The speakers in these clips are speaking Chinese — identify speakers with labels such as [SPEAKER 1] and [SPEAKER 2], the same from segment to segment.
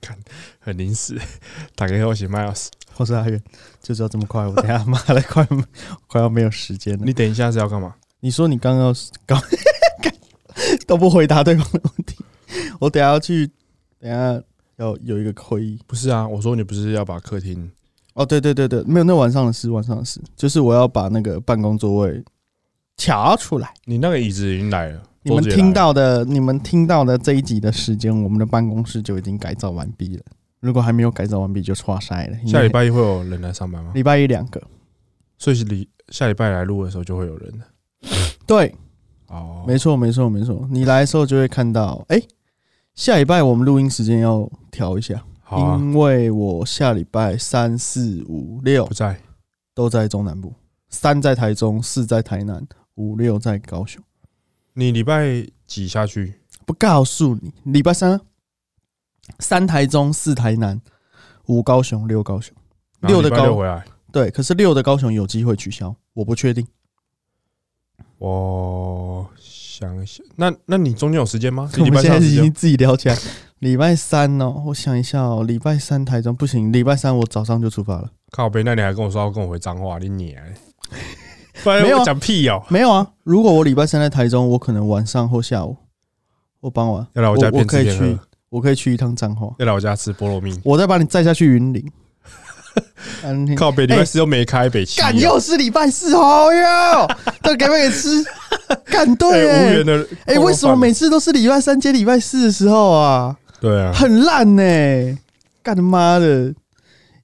[SPEAKER 1] 干很临时， 打给我写 Miles，
[SPEAKER 2] 我是阿远，就知道这么快，我等下妈的快快要没有时间了。
[SPEAKER 1] 你等一下是要干嘛？
[SPEAKER 2] 你说你刚刚要搞干 都不回答对方的问题，我等下要去，等下要有一个会议。
[SPEAKER 1] 不是啊，我说你不是要把客厅
[SPEAKER 2] 哦，对对对对，没有，那晚上的事，晚上的事，就是我要把那个办公座位调出来。
[SPEAKER 1] 你那个椅子已经来了，
[SPEAKER 2] 你
[SPEAKER 1] 桌
[SPEAKER 2] 们
[SPEAKER 1] 子也
[SPEAKER 2] 听
[SPEAKER 1] 来了
[SPEAKER 2] 到的，你们听到的这一集的时间，我们的办公室就已经改造完毕了。如果还没有改造完毕，就刷筛了。因为
[SPEAKER 1] 下礼拜一会有人来上班吗？
[SPEAKER 2] 礼拜一两个，
[SPEAKER 1] 所以是礼下礼拜来录的时候就会有人了
[SPEAKER 2] 对，
[SPEAKER 1] 哦，
[SPEAKER 2] 没错没错没错。你来的时候就会看到，哎、下礼拜我们录音时间要调一下，
[SPEAKER 1] 好啊，
[SPEAKER 2] 因为我下礼拜三四五六
[SPEAKER 1] 不在
[SPEAKER 2] 都在中南部，三在台中，四在台南，五六在高雄。
[SPEAKER 1] 你礼拜几下去？
[SPEAKER 2] 不告诉你，礼拜三，啊三台中，四台南，五高雄，六高雄。
[SPEAKER 1] 然后
[SPEAKER 2] 六
[SPEAKER 1] 礼
[SPEAKER 2] 的
[SPEAKER 1] 拜六
[SPEAKER 2] 高
[SPEAKER 1] 回来，
[SPEAKER 2] 对，可是六的高雄有机会取消，我不确定。
[SPEAKER 1] 我想一想，那那你中间有时间吗？
[SPEAKER 2] 我
[SPEAKER 1] 你礼
[SPEAKER 2] 们
[SPEAKER 1] 拜
[SPEAKER 2] 现
[SPEAKER 1] 三
[SPEAKER 2] 在
[SPEAKER 1] 有时
[SPEAKER 2] 已
[SPEAKER 1] 间
[SPEAKER 2] 经
[SPEAKER 1] 吗
[SPEAKER 2] 自己聊起来。礼拜三哦，我想一下哦，礼拜三台中不行，礼拜三我早上就出发了。
[SPEAKER 1] 靠背，那你还跟我说要跟我回脏话，你 你、不然
[SPEAKER 2] 没有啊
[SPEAKER 1] 我讲屁哦、
[SPEAKER 2] 没有啊，如果我礼拜三在台中，我可能晚上或下午或傍晚，
[SPEAKER 1] 要来我
[SPEAKER 2] 我
[SPEAKER 1] 家
[SPEAKER 2] 我
[SPEAKER 1] 骗
[SPEAKER 2] 可
[SPEAKER 1] 吃
[SPEAKER 2] 以
[SPEAKER 1] 骗
[SPEAKER 2] 去
[SPEAKER 1] 喝，，
[SPEAKER 2] 我可以去一趟彰化，
[SPEAKER 1] 要来我家吃菠萝 蜜。
[SPEAKER 2] 我再把你载下去 云林。安宁
[SPEAKER 1] 靠北礼
[SPEAKER 2] 哎
[SPEAKER 1] 拜四又没开北哦汽、
[SPEAKER 2] 干又是礼拜四，好哟，这给不给吃？干
[SPEAKER 1] 哎、
[SPEAKER 2] 对
[SPEAKER 1] 无
[SPEAKER 2] 欸，
[SPEAKER 1] 缘的
[SPEAKER 2] 哎、为什么每次都是礼拜三接礼拜四的时候啊？
[SPEAKER 1] 对啊？
[SPEAKER 2] 很烂呢、干他妈的，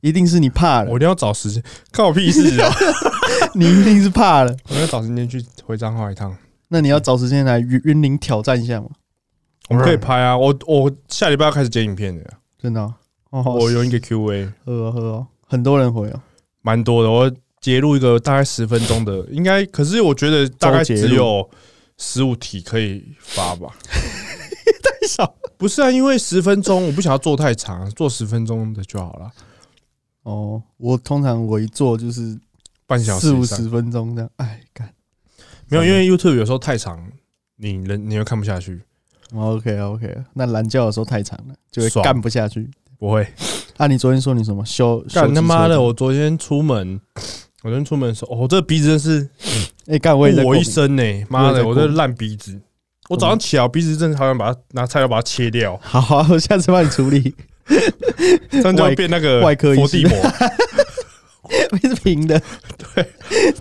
[SPEAKER 2] 一定是你怕了
[SPEAKER 1] 我，一定要找时间，干我屁事啊！
[SPEAKER 2] 你一定是怕了。
[SPEAKER 1] 我要找时间去回彰化一趟，
[SPEAKER 2] 那你要找时间来云云林挑战一下嘛？
[SPEAKER 1] 我们可以拍啊！我我下礼拜要开始剪影片的，
[SPEAKER 2] 真的哦、哦，好
[SPEAKER 1] 我有一个 Q&A，
[SPEAKER 2] 喝哦喝哦，很多人回哦，
[SPEAKER 1] 蛮多的，我截录一个大概十分钟的，应该可是我觉得大概
[SPEAKER 2] 周截录
[SPEAKER 1] 只有十五题可以发吧。
[SPEAKER 2] 太少
[SPEAKER 1] 不是啊，因为十分钟我不想要做太长，做十分钟的就好了，
[SPEAKER 2] 哦。我通常我一做就是
[SPEAKER 1] 半小时
[SPEAKER 2] 四五
[SPEAKER 1] 以上
[SPEAKER 2] 十分钟这样，哎干。
[SPEAKER 1] 没有，因为 YouTube 有时候太长，你人你又看不下去，
[SPEAKER 2] OK OK，那哦懒觉的时候太长了，就会
[SPEAKER 1] 爽
[SPEAKER 2] 干不下去。
[SPEAKER 1] 不会。
[SPEAKER 2] 啊，你昨天说你什么修？修
[SPEAKER 1] 干他
[SPEAKER 2] 机
[SPEAKER 1] 妈
[SPEAKER 2] 车
[SPEAKER 1] 的！
[SPEAKER 2] 吗！
[SPEAKER 1] 我昨天出门， 我昨天出门的时候，哦，这鼻子真是
[SPEAKER 2] 哎、干我也在
[SPEAKER 1] 护我一
[SPEAKER 2] 过敏
[SPEAKER 1] 身呢、妈
[SPEAKER 2] 我也在
[SPEAKER 1] 的，
[SPEAKER 2] 过
[SPEAKER 1] 我这烂鼻子，我早上起来我鼻子真的好想把它拿菜刀把它切 掉，
[SPEAKER 2] 好啊，我下次帮你 处理，
[SPEAKER 1] 这样就
[SPEAKER 2] 外
[SPEAKER 1] 会变那个
[SPEAKER 2] 外科医
[SPEAKER 1] 佛
[SPEAKER 2] 师
[SPEAKER 1] 地魔。
[SPEAKER 2] 是平的， 对，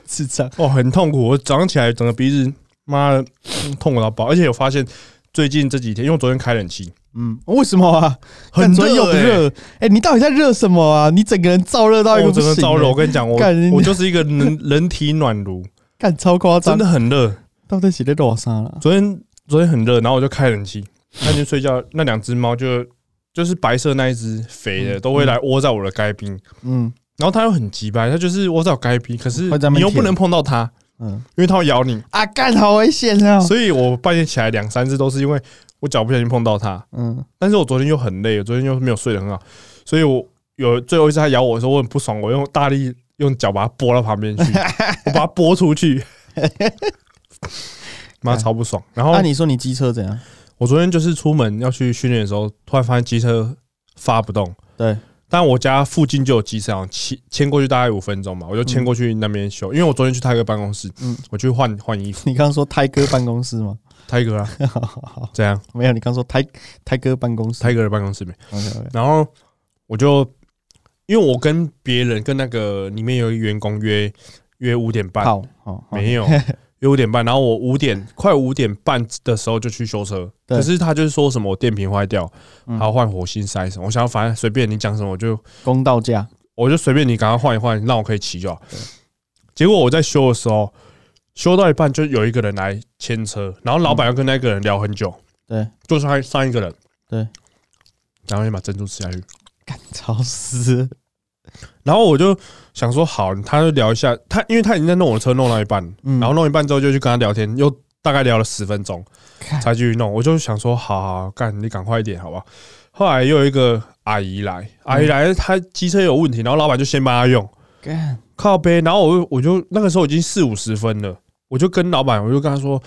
[SPEAKER 2] 智障。
[SPEAKER 1] 哦，很痛苦。我早上起来整个鼻子妈的嗯痛苦到爆，而且有发现最近这几天，因为我昨天开冷气，
[SPEAKER 2] 嗯，为什么啊？
[SPEAKER 1] 很
[SPEAKER 2] 干昨天又不
[SPEAKER 1] 欸
[SPEAKER 2] 热，哎、你到底在热什么啊？你整个人燥热到
[SPEAKER 1] 哦
[SPEAKER 2] 一个
[SPEAKER 1] 我
[SPEAKER 2] 不
[SPEAKER 1] 整
[SPEAKER 2] 行、
[SPEAKER 1] 个
[SPEAKER 2] 欸，
[SPEAKER 1] 招了，我跟你讲，我
[SPEAKER 2] 干人家
[SPEAKER 1] 我就是一个人人体暖炉，
[SPEAKER 2] 干超夸张
[SPEAKER 1] 真，的很热。
[SPEAKER 2] 到底写在多少上了？
[SPEAKER 1] 昨天昨天很热，然后我就开冷气，那天睡觉，那两只猫就就是白色那一只肥的，
[SPEAKER 2] 嗯
[SPEAKER 1] 都会来窝在我的该冰，
[SPEAKER 2] 嗯
[SPEAKER 1] 然后它又很急白，它就是窝在我该冰，可是
[SPEAKER 2] 会在那边
[SPEAKER 1] 你又不
[SPEAKER 2] 舔
[SPEAKER 1] 能碰到它，
[SPEAKER 2] 嗯，
[SPEAKER 1] 因为它会咬你，
[SPEAKER 2] 啊，干好危险啊！
[SPEAKER 1] 所以我半夜起来两三次都是因为我脚不小心碰到它，
[SPEAKER 2] 嗯，
[SPEAKER 1] 但是我昨天又很累，我昨天又没有睡得很好，所以我有最后一次它咬我的时候，我很不爽，我用大力用脚把它拨到旁边 去，我把它拨出去，妈超不爽。然后
[SPEAKER 2] 那、你说你机车怎样？
[SPEAKER 1] 我昨天就是出门要去训练的时候，突然发现机车发不动。
[SPEAKER 2] 对，
[SPEAKER 1] 但我家附近就有机车行，牵牵过去大概五分钟嘛，我就牵过去那边修。因为我昨天去泰哥办公室，
[SPEAKER 2] 嗯
[SPEAKER 1] 我去换换衣服。
[SPEAKER 2] 你刚刚说胎哥办公室吗？
[SPEAKER 1] 泰哥啊，
[SPEAKER 2] 好好好，
[SPEAKER 1] 怎样？
[SPEAKER 2] 没有，你刚说胎胎哥办公室。
[SPEAKER 1] 泰哥的办公室没。
[SPEAKER 2] OK OK，
[SPEAKER 1] 然后我就因为我跟别人跟那个里面有一个员工约约五点半，
[SPEAKER 2] 好好好，
[SPEAKER 1] 没有约五点半，然后我五点快五点半的时候就去修车，
[SPEAKER 2] 对
[SPEAKER 1] 可是他就是说什么我电瓶坏掉，
[SPEAKER 2] 嗯
[SPEAKER 1] 还要换火星塞什么，我想要反正随便你讲什么我就。
[SPEAKER 2] 公道价。
[SPEAKER 1] 我就随便你赶快换一换，让我可以骑就好
[SPEAKER 2] 对。
[SPEAKER 1] 结果我在修的时候，修到一半就有一个人来牵车，然后老板要跟那个人聊很久，
[SPEAKER 2] 对，
[SPEAKER 1] 就上上一个人，
[SPEAKER 2] 对，
[SPEAKER 1] 然后先把珍珠吃下去。
[SPEAKER 2] 干超死，
[SPEAKER 1] 然后我就想说，好，他就聊一下，他因为他已经在弄我的车弄到一半，
[SPEAKER 2] 嗯
[SPEAKER 1] 然后弄一半之后就去跟他聊天，又大概聊了十分钟
[SPEAKER 2] 干
[SPEAKER 1] 才继续弄。我就想说，好好好干，你赶快一点，好不好？后来又有一个阿姨来，阿姨来，她机车有问题，然后老板就先帮她用。
[SPEAKER 2] 干
[SPEAKER 1] 靠背，然后我就我就那个时候已经四五十分了，我就跟老板，我就跟他说，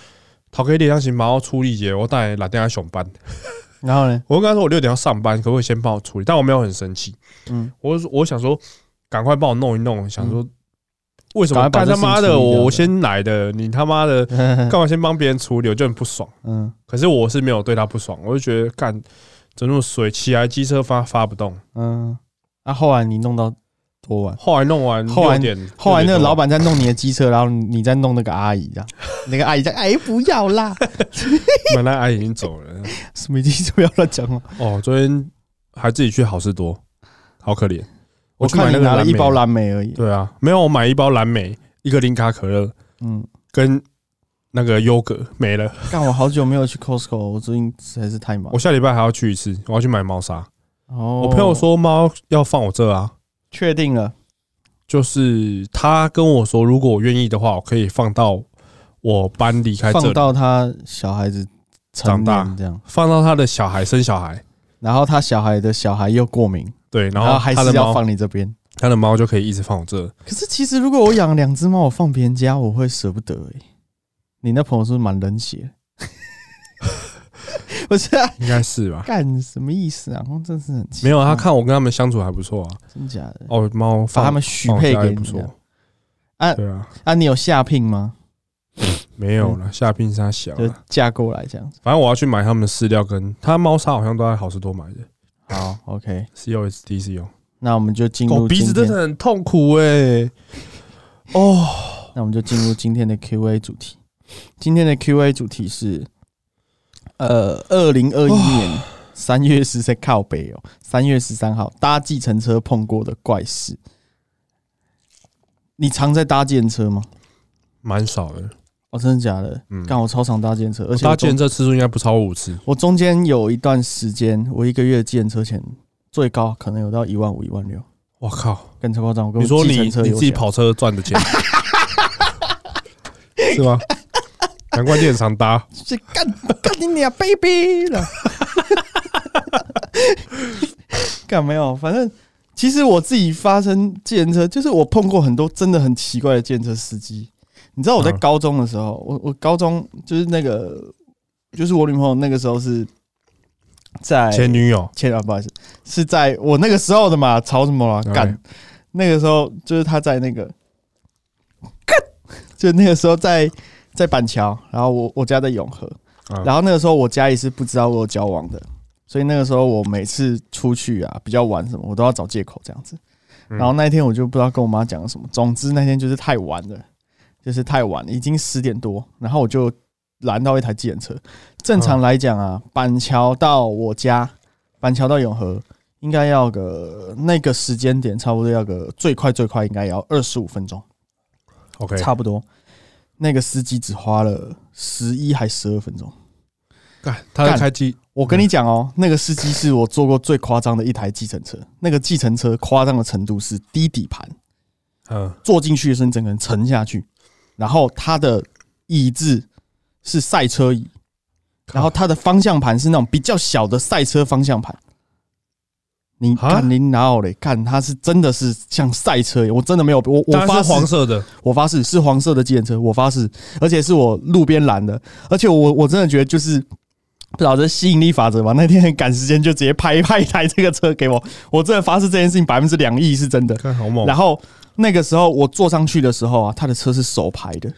[SPEAKER 1] 头家你当时马上出力节，我带来打电话上班。
[SPEAKER 2] 然后呢？
[SPEAKER 1] 我就跟他说我六点要上班，可不可以先帮我处理？但我没有很生气，
[SPEAKER 2] 嗯，
[SPEAKER 1] 我就说我想说赶快帮我弄一弄，想说为什么
[SPEAKER 2] 赶快把
[SPEAKER 1] 干
[SPEAKER 2] 这
[SPEAKER 1] 他
[SPEAKER 2] 事情
[SPEAKER 1] 妈
[SPEAKER 2] 处
[SPEAKER 1] 的
[SPEAKER 2] 理掉
[SPEAKER 1] 我
[SPEAKER 2] 这
[SPEAKER 1] 先来的，你他妈的干嘛先帮别人处理？我就很不爽。
[SPEAKER 2] 嗯
[SPEAKER 1] 可是我是没有对他不爽，我就觉得干怎么那么水，起来机车发发不动。
[SPEAKER 2] 嗯。那后来你弄到多晚？
[SPEAKER 1] 后来弄完
[SPEAKER 2] 后来
[SPEAKER 1] 六点，
[SPEAKER 2] 后来那个老
[SPEAKER 1] 板
[SPEAKER 2] 板在弄你的机车，然后你在弄那个阿姨， 这样，那个阿姨在哎不要啦，
[SPEAKER 1] 本来阿姨已经走了。
[SPEAKER 2] 什么机车不要乱讲话。
[SPEAKER 1] 哦，昨天还自己去好事多，好可怜。
[SPEAKER 2] 我
[SPEAKER 1] 去买
[SPEAKER 2] 看你
[SPEAKER 1] 那个
[SPEAKER 2] 拿了
[SPEAKER 1] 蓝
[SPEAKER 2] 一
[SPEAKER 1] 莓
[SPEAKER 2] 包蓝莓而已，
[SPEAKER 1] 对啊，没有，我买一包蓝莓，一个零卡可乐
[SPEAKER 2] 嗯，
[SPEAKER 1] 跟那个优格没了。
[SPEAKER 2] 但我好久没有去 Costco，我最近实在是太忙
[SPEAKER 1] 我。下礼拜还要去一次，我要去买猫砂。
[SPEAKER 2] 哦
[SPEAKER 1] 我朋友说猫要放我这啊，
[SPEAKER 2] 确定了，
[SPEAKER 1] 就是他跟我说，如果我愿意的话，我可以放到我班离开这
[SPEAKER 2] 放
[SPEAKER 1] 里，
[SPEAKER 2] 到他小孩子
[SPEAKER 1] 长
[SPEAKER 2] 成
[SPEAKER 1] 大
[SPEAKER 2] 年这样，
[SPEAKER 1] 放到他的小孩生小孩。
[SPEAKER 2] 然后他小孩的小孩又过敏，
[SPEAKER 1] 对，然
[SPEAKER 2] 然后
[SPEAKER 1] 后
[SPEAKER 2] 还
[SPEAKER 1] 他的
[SPEAKER 2] 是要
[SPEAKER 1] 猫，
[SPEAKER 2] 放你这边。
[SPEAKER 1] 他的猫就可以一直放我这。
[SPEAKER 2] 可是其实如果我养两只猫，我放别人家，我会舍不得哎、你那朋友是不是蛮 冷血的？不是啊，
[SPEAKER 1] 应该是 吧？
[SPEAKER 2] 干什么意思啊？我真是很奇
[SPEAKER 1] 没有啊，他
[SPEAKER 2] 怪
[SPEAKER 1] 看我跟他们相处还不错啊。
[SPEAKER 2] 真假的，
[SPEAKER 1] 哦，猫
[SPEAKER 2] 把
[SPEAKER 1] 放
[SPEAKER 2] 他们许
[SPEAKER 1] 放我
[SPEAKER 2] 配
[SPEAKER 1] 家也
[SPEAKER 2] 给
[SPEAKER 1] 不
[SPEAKER 2] 你这样
[SPEAKER 1] 错。
[SPEAKER 2] 啊
[SPEAKER 1] 对啊，
[SPEAKER 2] 啊？你有下聘吗？
[SPEAKER 1] 没有了，下冰沙小
[SPEAKER 2] 就
[SPEAKER 1] 了。
[SPEAKER 2] 嫁过来这样子。
[SPEAKER 1] 反正我要去买他们的饲料跟，他猫砂好像都在好事多买的
[SPEAKER 2] 好，OK，
[SPEAKER 1] ，C O S D C O。
[SPEAKER 2] 那我们就进
[SPEAKER 1] 狗
[SPEAKER 2] 入
[SPEAKER 1] 哦鼻
[SPEAKER 2] 今
[SPEAKER 1] 子
[SPEAKER 2] 天
[SPEAKER 1] 真，的很痛苦哎、哦，
[SPEAKER 2] 那我们就进入今天的 Q&A 主题。今天的 Q&A 主题是，呃，二零二一年三月十三靠北哦，三月十三号搭计程车碰过的怪事。你常在搭计程车吗？
[SPEAKER 1] 蛮少的。
[SPEAKER 2] 哦，真的假的？
[SPEAKER 1] 嗯，
[SPEAKER 2] 干，我超常搭计程车，而且
[SPEAKER 1] 搭
[SPEAKER 2] 我中
[SPEAKER 1] 建这次数应该不超过五次。
[SPEAKER 2] 我中间有一段时间，我一个月计程车钱最高可能有到一万五、一万六，
[SPEAKER 1] 我靠！
[SPEAKER 2] 更超夸张。我跟
[SPEAKER 1] 你说
[SPEAKER 2] 计
[SPEAKER 1] 你
[SPEAKER 2] 程
[SPEAKER 1] 你
[SPEAKER 2] 车
[SPEAKER 1] 自
[SPEAKER 2] 有
[SPEAKER 1] 己
[SPEAKER 2] 享
[SPEAKER 1] 跑车赚 的钱是吗？难怪你很常搭。
[SPEAKER 2] 是干 干你俩 baby 了， 干没有？反正其实我自己发生计程车，就是我碰过很多真的很奇怪的计程车司机。你知道我在
[SPEAKER 1] 嗯
[SPEAKER 2] 高中的时候，我我高中就是那个，就是我女朋友那个时候是在
[SPEAKER 1] 前女友
[SPEAKER 2] 前啊，不好意思，是在我那个时候的嘛，吵什么了？
[SPEAKER 1] OK
[SPEAKER 2] 干，那个时候就是他在那个，干，就那个时候在在板桥，然后我我家在永和，
[SPEAKER 1] 啊，
[SPEAKER 2] 然后那个时候我家里是不知道我有交往的，所以那个时候我每次出去啊比较晚什么，我都要找借口这样子。
[SPEAKER 1] 嗯
[SPEAKER 2] 然后那一天我就不知道跟我妈讲了什么，总之那天就是太晚了，就是太晚，已经十点多，然后我就拦到一台计程车。正常来讲啊，板桥到我家，板桥到永和。应该要个那个时间点，差不多要个最快最快应该也要二十五分钟。
[SPEAKER 1] OK，
[SPEAKER 2] 差不多。那个司机只花了十一还十二分钟。
[SPEAKER 1] 干他在
[SPEAKER 2] 干
[SPEAKER 1] 开机，
[SPEAKER 2] 我跟你讲哦，那个司机是我坐过最夸张的一台计程车。那个计程车夸张的程度是低底盘，
[SPEAKER 1] 嗯，
[SPEAKER 2] 坐进去的时候你整个人沉下去，然后它的椅子是赛车椅，然后它的方向盘是那种比较小的赛车方向盘。你
[SPEAKER 1] 啊
[SPEAKER 2] 看，你哪有嘞？看，它是真的是像赛车一样，我真的没有，我我
[SPEAKER 1] 当
[SPEAKER 2] 发
[SPEAKER 1] 然是
[SPEAKER 2] 誓
[SPEAKER 1] 黄色的，
[SPEAKER 2] 我发誓是黄色的计程车，我发誓，而且是我路边拦的，而且我我真的觉得就是不知道这是吸引力法则吧。那天很赶时间，就直接拍拍一台这个车给我，我真的发誓这件事情百分之两亿是真的。
[SPEAKER 1] 看好猛
[SPEAKER 2] 然后那个时候我坐上去的时候啊，他的车是手排的，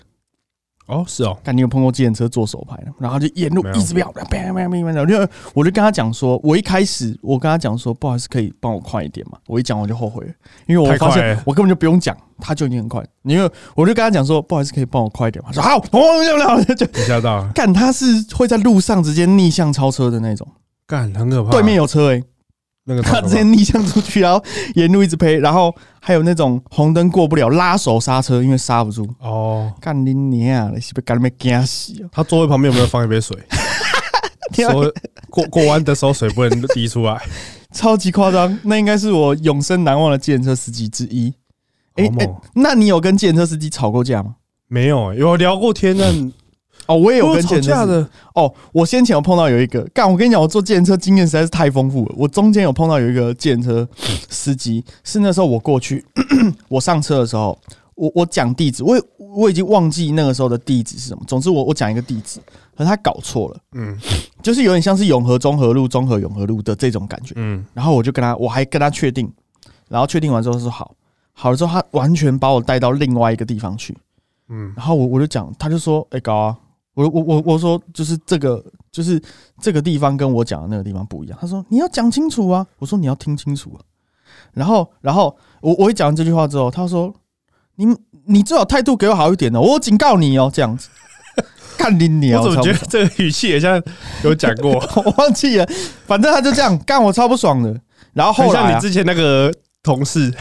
[SPEAKER 1] 哦，是哦，
[SPEAKER 2] 看你有碰过计程车坐手排的，然后就沿路
[SPEAKER 1] 没有
[SPEAKER 2] 一直飙，叭叭叭叭，然后就我就跟他讲说，我一开始我跟他讲说，不好意思，可以帮我快一点嘛？我一讲我就后悔了，因为我
[SPEAKER 1] 太快
[SPEAKER 2] 发现
[SPEAKER 1] 了
[SPEAKER 2] 我根本就不用讲，他就已经很快，因为我就跟他讲说，不好意思，可以帮我快一点嘛？他说 好，哦我我我就
[SPEAKER 1] 你吓到了，
[SPEAKER 2] 干，他是会在路上直接逆向超车的那种，
[SPEAKER 1] 干很可怕。
[SPEAKER 2] 对面有车 诶、
[SPEAKER 1] 那个
[SPEAKER 2] 他
[SPEAKER 1] 超
[SPEAKER 2] 直
[SPEAKER 1] 可
[SPEAKER 2] 接
[SPEAKER 1] 怕
[SPEAKER 2] 逆向出去，然后沿路一直飞，然后还有那种红灯过不了拉手刹车，因为刹不住，
[SPEAKER 1] 哦，
[SPEAKER 2] 干你娘嘞，是不是干你妈惊死哦？
[SPEAKER 1] 他座位旁边有没有放一杯 水？
[SPEAKER 2] 天啊
[SPEAKER 1] 说过过弯的时候水不能滴出来，
[SPEAKER 2] 超级夸张，那应该是我永生难忘的计程车司机之一。诶
[SPEAKER 1] 好猛
[SPEAKER 2] 诶那你有跟计程车司机吵过架吗？
[SPEAKER 1] 没有欸有聊过天，但
[SPEAKER 2] 哦，我也有
[SPEAKER 1] 我
[SPEAKER 2] 跟计
[SPEAKER 1] 吵
[SPEAKER 2] 程车
[SPEAKER 1] 架
[SPEAKER 2] 司机
[SPEAKER 1] 的，
[SPEAKER 2] 哦，我先前有碰到有一个，干，我跟你讲，我坐计程车经验实在是太丰富了。我中间有 碰到有一个计程车司机，是那时候我过去，我上车的时候，我我讲地址，我也我已经忘记那个时候的地址是什么。总之我我讲一个地址，可是他搞错了，
[SPEAKER 1] 嗯
[SPEAKER 2] 就是有点像是永和中和路、中和永和路的这种感觉。
[SPEAKER 1] 嗯，
[SPEAKER 2] 然后我就跟他，我还跟他确定，然后确定完之后他说好，好了之后他完全把我带到另外一个地方去，
[SPEAKER 1] 嗯
[SPEAKER 2] 然后我我就讲，他就说，哎、搞啊，我我我我说就是这个就是这个地方跟我讲的那个地方不一样，他说你要讲清楚啊，我说你要听清楚啊，然后然后我我一讲完这句话之后，他说你你最好态度给我好一点哦，我警告你哦，这样子，干你你啊，
[SPEAKER 1] 我怎么
[SPEAKER 2] 超不
[SPEAKER 1] 觉
[SPEAKER 2] 爽
[SPEAKER 1] 得这个语气也像有讲 过，
[SPEAKER 2] 我忘记了，反正他就这样干，我超不爽的。然后
[SPEAKER 1] 很
[SPEAKER 2] 后来、
[SPEAKER 1] 像
[SPEAKER 2] 啊
[SPEAKER 1] 你，之前那个同事，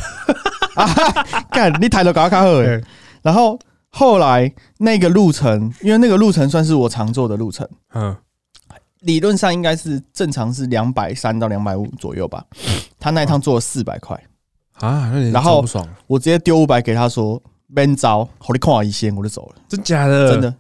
[SPEAKER 2] 干你抬头搞看后
[SPEAKER 1] 对
[SPEAKER 2] 然后后来那个路程，因为那个路程算是我常做的路程，
[SPEAKER 1] 嗯
[SPEAKER 2] 理论上应该是正常是两百三到两百五左右吧。他那一趟做了四百块，
[SPEAKER 1] 啊，那你
[SPEAKER 2] 然后
[SPEAKER 1] 超不爽，
[SPEAKER 2] 我直接丢五百给他说闷招，好你看一先，我就走了。
[SPEAKER 1] 真假的？
[SPEAKER 2] 真的，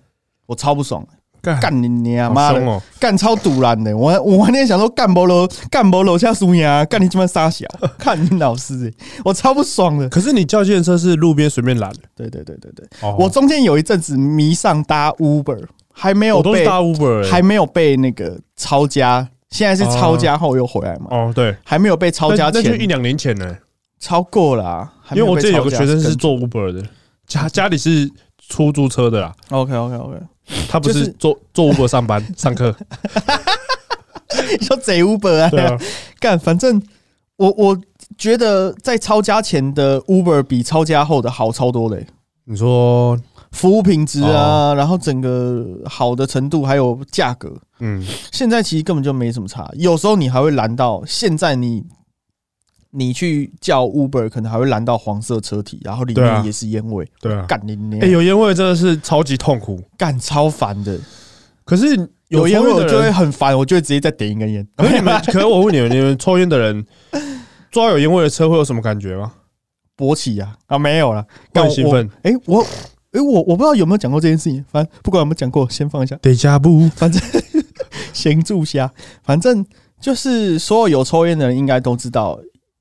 [SPEAKER 2] 我超不爽，
[SPEAKER 1] 干
[SPEAKER 2] 干你娘
[SPEAKER 1] 呃好
[SPEAKER 2] 妈的
[SPEAKER 1] 凶，哦！
[SPEAKER 2] 干超堵然的。我我那天想说干不楼干不楼下输赢，啊干你鸡巴傻小， 看你老师、欸，我超不爽的。
[SPEAKER 1] 可是你叫健车是路边随便拦的，
[SPEAKER 2] 对对对对对，
[SPEAKER 1] 哦
[SPEAKER 2] 我中间有一阵子迷上搭 Uber，还没有
[SPEAKER 1] 我都是
[SPEAKER 2] 被
[SPEAKER 1] 搭 Uber，欸
[SPEAKER 2] 还没有被那个抄家，现在是抄家后又回来嘛，
[SPEAKER 1] 哦对，
[SPEAKER 2] 还没有被抄家
[SPEAKER 1] 那那就一
[SPEAKER 2] 前
[SPEAKER 1] 两年前呢，
[SPEAKER 2] 超过了啊，还没
[SPEAKER 1] 因为我之
[SPEAKER 2] 被
[SPEAKER 1] 前有个
[SPEAKER 2] 抄家
[SPEAKER 1] 学生是
[SPEAKER 2] 跟
[SPEAKER 1] 做 Uber 的，家家里是出租车的啦，
[SPEAKER 2] OK OK OK，
[SPEAKER 1] 啊他不
[SPEAKER 2] 就是是
[SPEAKER 1] 做做 Uber 上 班上课，
[SPEAKER 2] 你说贼 Uber 啊，
[SPEAKER 1] 对啊，
[SPEAKER 2] 干，反正我我觉得在抄家前的 Uber 比抄家后的好超多嘞、
[SPEAKER 1] 你说
[SPEAKER 2] 服务品质啊，
[SPEAKER 1] 哦
[SPEAKER 2] 然后整个好的程度，还有价格，
[SPEAKER 1] 嗯
[SPEAKER 2] 现在其实根本就没什么差，有时候你还会拦到。现在你你去叫 Uber，可能还会拦到黄色车体，然后里
[SPEAKER 1] 对啊
[SPEAKER 2] 面也是烟味，
[SPEAKER 1] 对啊，
[SPEAKER 2] 干你娘
[SPEAKER 1] 哎，有烟味真的是超级痛苦，
[SPEAKER 2] 干超烦的。
[SPEAKER 1] 可是
[SPEAKER 2] 有烟
[SPEAKER 1] 烟
[SPEAKER 2] 味我就会 很烦，我就会直接再点一 根烟。哎
[SPEAKER 1] 可是你 们，可是我问你们，你们抽烟的人抓有烟味的车会有什么感觉吗？
[SPEAKER 2] 勃起啊啊没有了，
[SPEAKER 1] 会
[SPEAKER 2] 干
[SPEAKER 1] 很兴。奋。
[SPEAKER 2] 哎、诶我哎、我我不知道有没有讲过这件事情，反正不管有没有讲过，先放一下。
[SPEAKER 1] 得加不？
[SPEAKER 2] 反正闲住虾，反正就是所有有抽烟的人应该都知道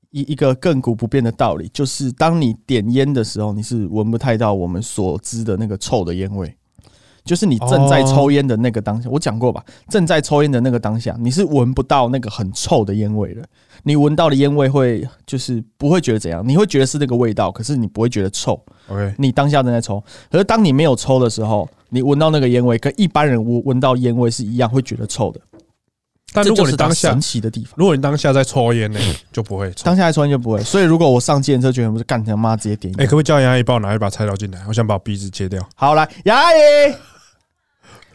[SPEAKER 2] 一一个亘古不变的道理，就是当你点烟的时候，你是闻不太到我们所知的那个臭的烟味。就是你正在抽烟的那个当下，我讲过吧？正在抽烟的那个当下，你是闻不到那个很臭的烟味的。你闻到的烟味会就是不会觉得怎样，你会觉得是那个味道，可是你不会觉得臭。
[SPEAKER 1] OK，
[SPEAKER 2] 你当下正在抽，可是当你没有抽的时候，你闻到那个烟味，跟一般人闻闻到烟味是一样，会觉得臭的。
[SPEAKER 1] 但如
[SPEAKER 2] 这就
[SPEAKER 1] 果
[SPEAKER 2] 是
[SPEAKER 1] 你当
[SPEAKER 2] 它
[SPEAKER 1] 下
[SPEAKER 2] 神，奇的地方，
[SPEAKER 1] 如果你当下在抽烟呢，就不会抽。
[SPEAKER 2] 当下抽烟就不会。所以如果我上计程车，绝对不是干他妈直接点一
[SPEAKER 1] 哎，
[SPEAKER 2] 根。
[SPEAKER 1] 可不可以叫杨阿姨帮我拿一把菜刀进来？我想把我鼻子切掉。
[SPEAKER 2] 好来，牙医，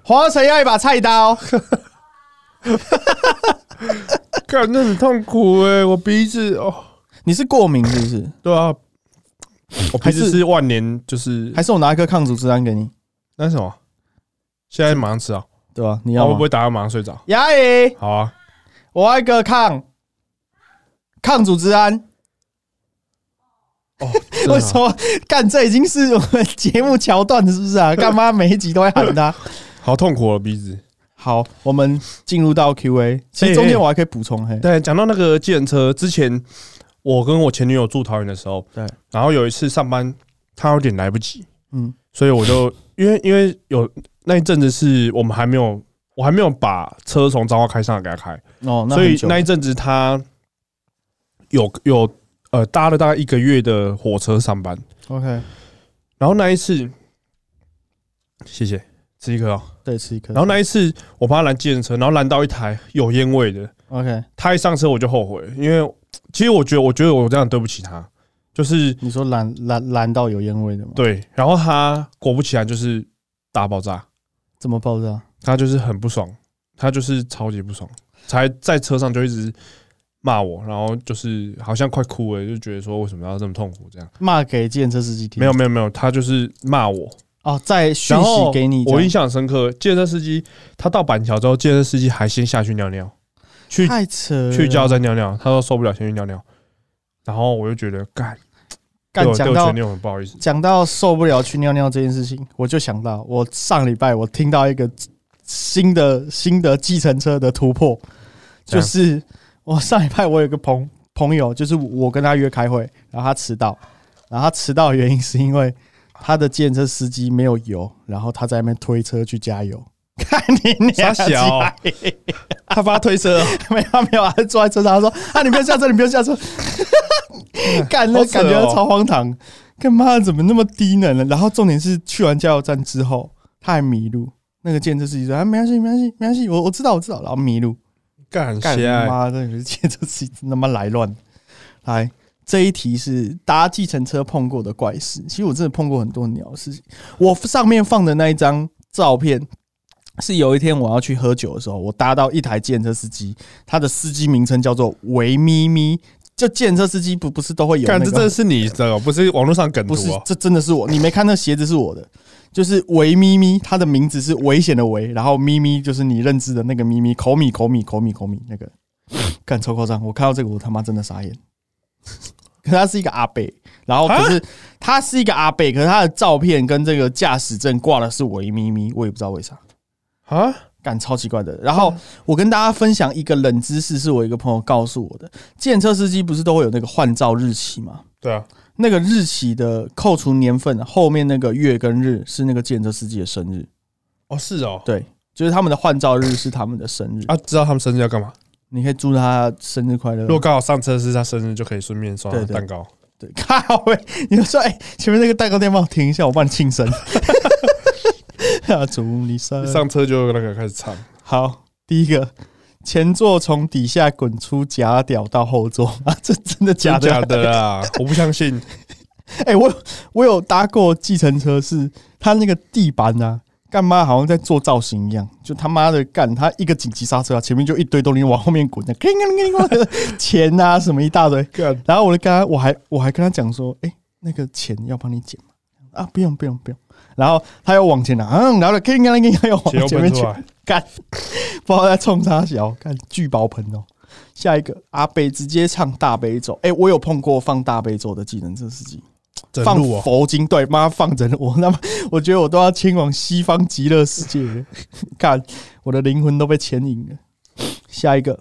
[SPEAKER 2] 黄晨要一把菜刀。
[SPEAKER 1] 干，那很痛苦哎，我鼻子哦，
[SPEAKER 2] 你是过敏是不是？
[SPEAKER 1] 对啊，我鼻
[SPEAKER 2] 还
[SPEAKER 1] 子
[SPEAKER 2] 是
[SPEAKER 1] 是万年就是
[SPEAKER 2] 还是我拿一颗抗组织胺给你，
[SPEAKER 1] 那是什么？现在马上吃啊，
[SPEAKER 2] 对吧、你
[SPEAKER 1] 我
[SPEAKER 2] 要
[SPEAKER 1] 会
[SPEAKER 2] 吗
[SPEAKER 1] 不？会打到马上睡着？
[SPEAKER 2] 牙医，
[SPEAKER 1] 好啊，
[SPEAKER 2] 我要一个抗抗组织胺。
[SPEAKER 1] 哦，
[SPEAKER 2] 为什么干？这已经是我们节目桥段了，是不是啊？干妈每一集都会喊 他。
[SPEAKER 1] 好痛苦哦，鼻子。
[SPEAKER 2] 好，我们进入到 Q&A。其实中间我还可以补充，嘿，
[SPEAKER 1] 对，讲到那个计程车，之前我跟我前女友住桃园的时候，
[SPEAKER 2] 对，
[SPEAKER 1] 然后有一次上班，她有点来不及，
[SPEAKER 2] 嗯，
[SPEAKER 1] 所以我就因为因为有那一阵子是我们还没有，我还没有把车从彰化开上来给她开，
[SPEAKER 2] 哦，那
[SPEAKER 1] 所
[SPEAKER 2] 很
[SPEAKER 1] 以
[SPEAKER 2] 久
[SPEAKER 1] 那一阵子她有有呃搭了大概一个月的火车上班，
[SPEAKER 2] OK，
[SPEAKER 1] 然后那一次，谢谢，吃一颗哦。
[SPEAKER 2] 对，吃一颗。
[SPEAKER 1] 然后那一次我帮她拦计程车，然后拦到一台有烟味的，
[SPEAKER 2] OK，
[SPEAKER 1] 他一上车我就后悔，因为其实我觉得，我觉得我这样对不起他，就是
[SPEAKER 2] 你说蓝蓝蓝到有烟味的吗？，
[SPEAKER 1] 对。然后他果不其然就是大爆炸，
[SPEAKER 2] 怎么爆炸？
[SPEAKER 1] 他就是很不爽，他就是超级不爽，才在车上就一直骂我，然后就是好像快哭了，就觉得说为什么要这么痛苦这样？
[SPEAKER 2] 骂给计程车司机听？
[SPEAKER 1] 没有没有没有，他就是骂我。
[SPEAKER 2] 哦，再讯
[SPEAKER 1] 然
[SPEAKER 2] 息
[SPEAKER 1] 后
[SPEAKER 2] 给你这样。
[SPEAKER 1] 我印象很深刻，建设司机他到板桥之后，建设司机还先下去尿尿，去
[SPEAKER 2] 太扯了，
[SPEAKER 1] 去加油站尿尿，他说受不了，先去尿尿。然后我就觉得干。对
[SPEAKER 2] 干
[SPEAKER 1] 我对
[SPEAKER 2] 讲
[SPEAKER 1] 我
[SPEAKER 2] 到
[SPEAKER 1] 前女友很不好意思。
[SPEAKER 2] 讲到受不了去尿尿这件事情，我就想到我上礼拜我听到一个新的新的计程车的突破，
[SPEAKER 1] 怎
[SPEAKER 2] 就
[SPEAKER 1] 样
[SPEAKER 2] 是我上礼拜我有个朋朋友，就是我跟他约开会，然后他迟到，然后他迟到的原因是因为他的计程车司机没有油，然后他在那边推车去加油。 看你娘
[SPEAKER 1] 傻小
[SPEAKER 2] 鸡巴
[SPEAKER 1] 他帮他推车哦，
[SPEAKER 2] 没有没有，他坐在车上，他说：“啊，你不要下车，你不要下车。”干，那
[SPEAKER 1] 好扯
[SPEAKER 2] 感
[SPEAKER 1] 哦
[SPEAKER 2] 觉超荒唐，干嘛怎么那么低能呢？然后重点是去完加油站之后，他还迷路。那个建设司机说：“啊，没关系，没关系，没关系，我我知道，我知道。”然后迷路，
[SPEAKER 1] 干
[SPEAKER 2] 干
[SPEAKER 1] 邪
[SPEAKER 2] 他
[SPEAKER 1] 爱
[SPEAKER 2] 妈的，建设司机真他妈来乱。来，这一题是搭计程车碰过的怪事。其实我真的碰过很多很鸟的事情。我上面放的那一张照片，是有一天我要去喝酒的时候，我搭到一台计程车司机，他的司机名称叫做维咪咪。就计程车司机不不是都会有那
[SPEAKER 1] 干
[SPEAKER 2] 个
[SPEAKER 1] 这真的是你的哦，不是网络上梗图
[SPEAKER 2] 不是
[SPEAKER 1] 哦，。
[SPEAKER 2] 这真的是我，你没看那鞋子是我的，就是维咪咪，它的名字是危险的维，然后咪咪就是你认知的那个咪咪，口米口米口米口米那个，干超夸张！我看到这个我他妈真的傻眼。可是他是一个阿贝，然后可是他是一个阿贝，可是他的照片跟这个驾驶证挂的是维咪咪，我也不知道为啥。
[SPEAKER 1] 啊，
[SPEAKER 2] 干超奇怪的。然后我跟大家分享一个冷知识，是我一个朋友告诉我的。建车司机不是都会有那个换照日期吗？
[SPEAKER 1] 对啊，
[SPEAKER 2] 那个日期的扣除年份后面那个月跟日是那个建车司机的生日，
[SPEAKER 1] 哦是哦，
[SPEAKER 2] 对，就是他们的换照日是他们的生日。
[SPEAKER 1] 啊，知道他们生日要干嘛？
[SPEAKER 2] 你可以祝他生日快乐
[SPEAKER 1] 如。果刚好上车是他生日，就可以顺便刷
[SPEAKER 2] 对对
[SPEAKER 1] 蛋糕。
[SPEAKER 2] 对， 靠喂，你就说哎、前面那个蛋糕店帮我停一下，我帮你 庆生。 啊，祝你生
[SPEAKER 1] 一
[SPEAKER 2] 日
[SPEAKER 1] 上车就那个开始唱，
[SPEAKER 2] 好，第一个。前座从底下滚出假屌到后座啊！这真的假
[SPEAKER 1] 真
[SPEAKER 2] 的？
[SPEAKER 1] 假的啦，我不相 信。
[SPEAKER 2] 哎、我我有搭过计程车是，他那个地板啊，干妈好像在做造型一样，就他妈的干，他一个紧急刹车啊，前面就一堆东西往后面滚的， 叮叮叮叮叮钱啊什么一大堆。
[SPEAKER 1] 干
[SPEAKER 2] 然后我就跟他，我还我还跟他讲说，哎、那个钱要帮你捡吗？啊，不用不用不用。然后他又往前拿，嗯，然后叮叮叮叮又
[SPEAKER 1] 血
[SPEAKER 2] 往
[SPEAKER 1] 又
[SPEAKER 2] 前
[SPEAKER 1] 喷
[SPEAKER 2] 面
[SPEAKER 1] 出
[SPEAKER 2] 去，
[SPEAKER 1] 来，
[SPEAKER 2] 干，不知道在冲啥小，干巨爆喷哦。下一个阿贝直接唱大悲咒，哎、我有碰过放大悲咒的技能车司机。
[SPEAKER 1] 整
[SPEAKER 2] 放
[SPEAKER 1] 路哦，
[SPEAKER 2] 佛经，对，妈放整我他妈，我觉得我都要前往西方极乐世界 了，看我的灵魂都被牵引了。下一个，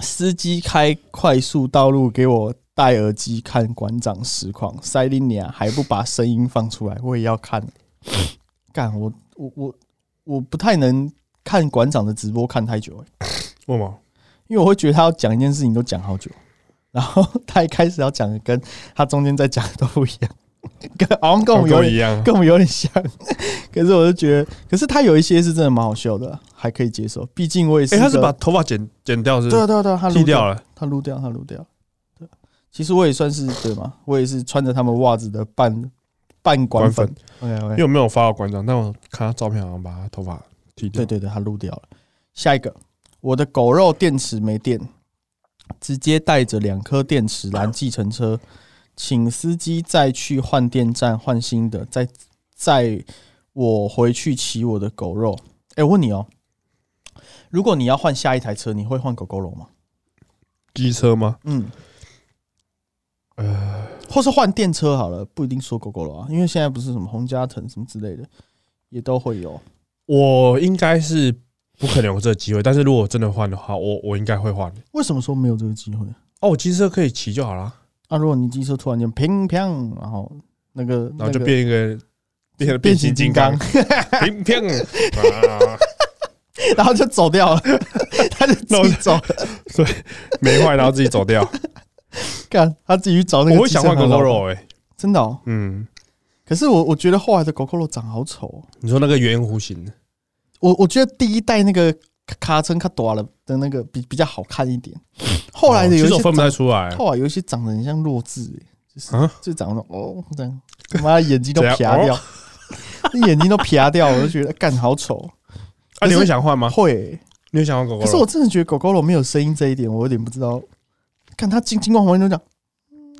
[SPEAKER 2] 司机开快速道路给我戴耳机看馆长实况，塞琳尼亚还不把声音放出来，我也要看。干我我我我不太能看馆长的直播看太久、欸
[SPEAKER 1] 为毛？
[SPEAKER 2] 因为我会觉得他要讲一件事情都讲好久，然后他一开始要讲的跟他中间在讲的都不一样，跟好像跟我们有
[SPEAKER 1] 哦跟我
[SPEAKER 2] 点
[SPEAKER 1] 一样，
[SPEAKER 2] 跟我们有点像，可是我就觉得，可是他有一些是真的蛮好笑的，还可以接受，毕竟我也是
[SPEAKER 1] 哎，
[SPEAKER 2] 一个。
[SPEAKER 1] 他是把头发剪剪掉，是不
[SPEAKER 2] 对
[SPEAKER 1] 是
[SPEAKER 2] 啊对啊对啊，他撸
[SPEAKER 1] 剃掉，了，
[SPEAKER 2] 他撸掉，他撸掉。对，其实我也算是对嘛，我也是穿着他们袜子的半半管
[SPEAKER 1] 管
[SPEAKER 2] 粉
[SPEAKER 1] 粉。。
[SPEAKER 2] OK
[SPEAKER 1] 因
[SPEAKER 2] OK，
[SPEAKER 1] 为我没有发到馆长，但我看他照片好像把他头发剃掉。
[SPEAKER 2] 对对对，他撸掉了。下一个，我的狗肉电池没电，直接带着两颗电池拦计程车，请司机再去换电站换新的，再载我回去骑我的狗肉。哎、我问你哦、如果你要换下一台车，你会换狗狗肉吗？
[SPEAKER 1] 机车吗？
[SPEAKER 2] 嗯，
[SPEAKER 1] 呃，
[SPEAKER 2] 或是换电车好了，不一定说狗狗肉啊，因为现在不是什么洪家腾什么之类的，也都会有。
[SPEAKER 1] 我应该是不可能有这个机会，但是如果真的换的话，我我应该会换的。
[SPEAKER 2] 为什么说没有这个机会？
[SPEAKER 1] 哦，我机车可以骑就好了，
[SPEAKER 2] 啊，如果你机车突然间砰砰，然后那个
[SPEAKER 1] 然后就
[SPEAKER 2] 那个
[SPEAKER 1] 变一个变成
[SPEAKER 2] 变
[SPEAKER 1] 变
[SPEAKER 2] 形
[SPEAKER 1] 形
[SPEAKER 2] 金
[SPEAKER 1] 金
[SPEAKER 2] 刚
[SPEAKER 1] 刚，， 平平啊，
[SPEAKER 2] 然后就走掉了， 他就自己走，
[SPEAKER 1] 没坏，然后自己走掉。
[SPEAKER 2] 干他自己去找那个。
[SPEAKER 1] 我会想换 GoGo，肉，哎，
[SPEAKER 2] 真的哦。
[SPEAKER 1] 嗯，
[SPEAKER 2] 可是我我觉得后来的狗狗肉长好丑、哦，
[SPEAKER 1] 你说那个圆弧形的，
[SPEAKER 2] 我我觉得第一代那个卡车卡短了的那个比比较好看 一点，后来的
[SPEAKER 1] 哦其
[SPEAKER 2] 有一
[SPEAKER 1] 实我
[SPEAKER 2] 些
[SPEAKER 1] 分不
[SPEAKER 2] 长
[SPEAKER 1] 太出来，
[SPEAKER 2] 后来有一些长得很像弱智、欸，就是、
[SPEAKER 1] 啊
[SPEAKER 2] 就长得哦这样，妈眼睛都
[SPEAKER 1] 怎样哦
[SPEAKER 2] 撇掉，那 眼睛都撇掉，我就 觉得干好丑，哦
[SPEAKER 1] 啊，你会想换吗？
[SPEAKER 2] 会欸、
[SPEAKER 1] 你会想换 GoGo
[SPEAKER 2] 可是
[SPEAKER 1] 肉？
[SPEAKER 2] 我真的觉得狗狗龙没有声音这一点，我有点不知道。看它金金光黄就讲，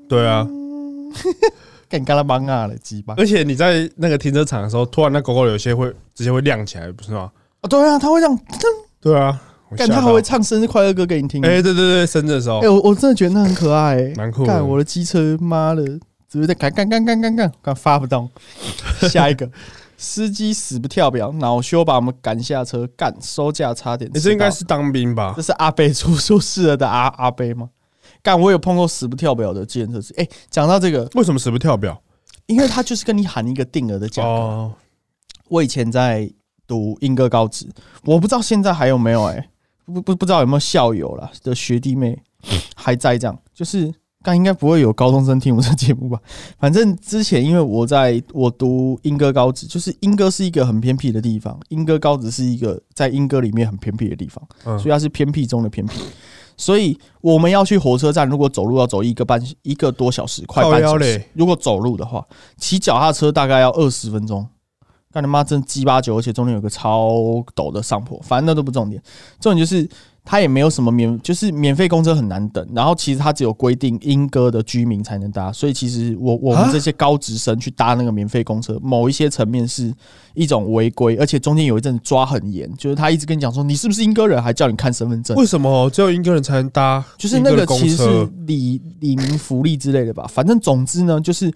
[SPEAKER 1] 对啊，
[SPEAKER 2] 干干啦帮啊了，鸡巴
[SPEAKER 1] 而且你在那个停车场的时候，突然那 GoGo 肉有些会直接会亮起来，不是吗？
[SPEAKER 2] 哦，对啊，它会这样，
[SPEAKER 1] 对啊，我
[SPEAKER 2] 干
[SPEAKER 1] 吓
[SPEAKER 2] 它还
[SPEAKER 1] 到
[SPEAKER 2] 会唱生日快乐歌给你听。
[SPEAKER 1] 哎、
[SPEAKER 2] 哎、
[SPEAKER 1] 对对对，生日的时候，
[SPEAKER 2] 我我真的觉得那很可爱、欸，
[SPEAKER 1] 蛮酷的
[SPEAKER 2] 干我的机车，妈的，只会在干干干干干干干发不动。下一个，司机死不跳表，恼羞把我们赶下车，干收价差点迟
[SPEAKER 1] 你
[SPEAKER 2] 到。
[SPEAKER 1] 这应该是当兵吧
[SPEAKER 2] 这？是阿贝出出事了的阿阿贝吗？干，我有碰过死不跳表的计程车司机。哎、讲到这个，
[SPEAKER 1] 为什么死不跳表？
[SPEAKER 2] 因为他就是跟你喊一个定额的价格。
[SPEAKER 1] 哦，
[SPEAKER 2] 我以前在读英歌高职，我不知道现在还有没有哎、不不不知道有没有校友啦的学 弟妹还在这样，就是但应该不会有高中生听我这节目吧？ 反正之前因为我在我读英歌高职，就是英歌是一个很偏僻的地方，英歌高职是一个在英歌里面很偏僻的地方，
[SPEAKER 1] 嗯
[SPEAKER 2] 所以它是偏僻中的偏僻。所以我们要去火车站，如果走路要走一个半一个多小时，快
[SPEAKER 1] 靠
[SPEAKER 2] 半小
[SPEAKER 1] 腰
[SPEAKER 2] 时
[SPEAKER 1] 嘞。
[SPEAKER 2] 如果走路的话，骑脚踏车大概要二十分钟。干他妈真鸡巴久，而且中间有个超陡的上坡，反正那都不重点，重点就是它也没有什么免，就是免费公车很难等。然后其实它只有规定英歌的居民才能搭，所以其实我我们
[SPEAKER 1] 啊
[SPEAKER 2] 这些高职生去搭那个免费公车，某一些层面是一种违规，而且中间有一阵子抓很严，就是他一直跟你讲说你是不是英歌人，还叫你看身份证。
[SPEAKER 1] 为什么哦只有英格人才能搭？
[SPEAKER 2] 就是那个
[SPEAKER 1] 公
[SPEAKER 2] 其实是
[SPEAKER 1] 车
[SPEAKER 2] 李李明福利之类的吧。反正总之呢，就是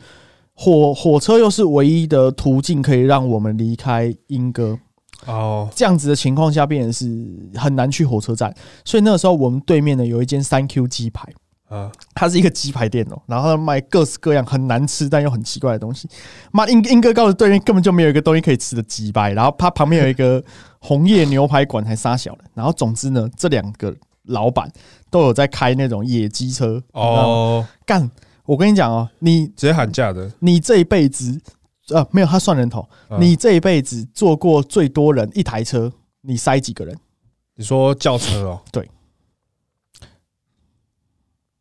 [SPEAKER 2] 火火车又是唯一的途径可以让我们离开英歌。
[SPEAKER 1] 哦，
[SPEAKER 2] 这样子的情况下，变成是很难去火车站。所以那个时候，我们对面呢有一间三 Q 鸡排，
[SPEAKER 1] 啊，
[SPEAKER 2] 它是一个鸡排店哦、然后它卖各式各样很难吃但又很奇怪的东西。妈，英英哥高的对面根本就没有一个东西可以吃的鸡排，然后它旁边有一个红叶牛排馆还杀小的。然后总之呢，这两个老板都有在开那种野鸡车哦，
[SPEAKER 1] 哦，
[SPEAKER 2] 干。我跟你讲哦、你
[SPEAKER 1] 直接喊价的，
[SPEAKER 2] 你这一辈子呃没有他算人头，
[SPEAKER 1] 啊
[SPEAKER 2] 你这一辈子坐过最多人一台车，你塞几个人？
[SPEAKER 1] 你说轿车哦，
[SPEAKER 2] 对，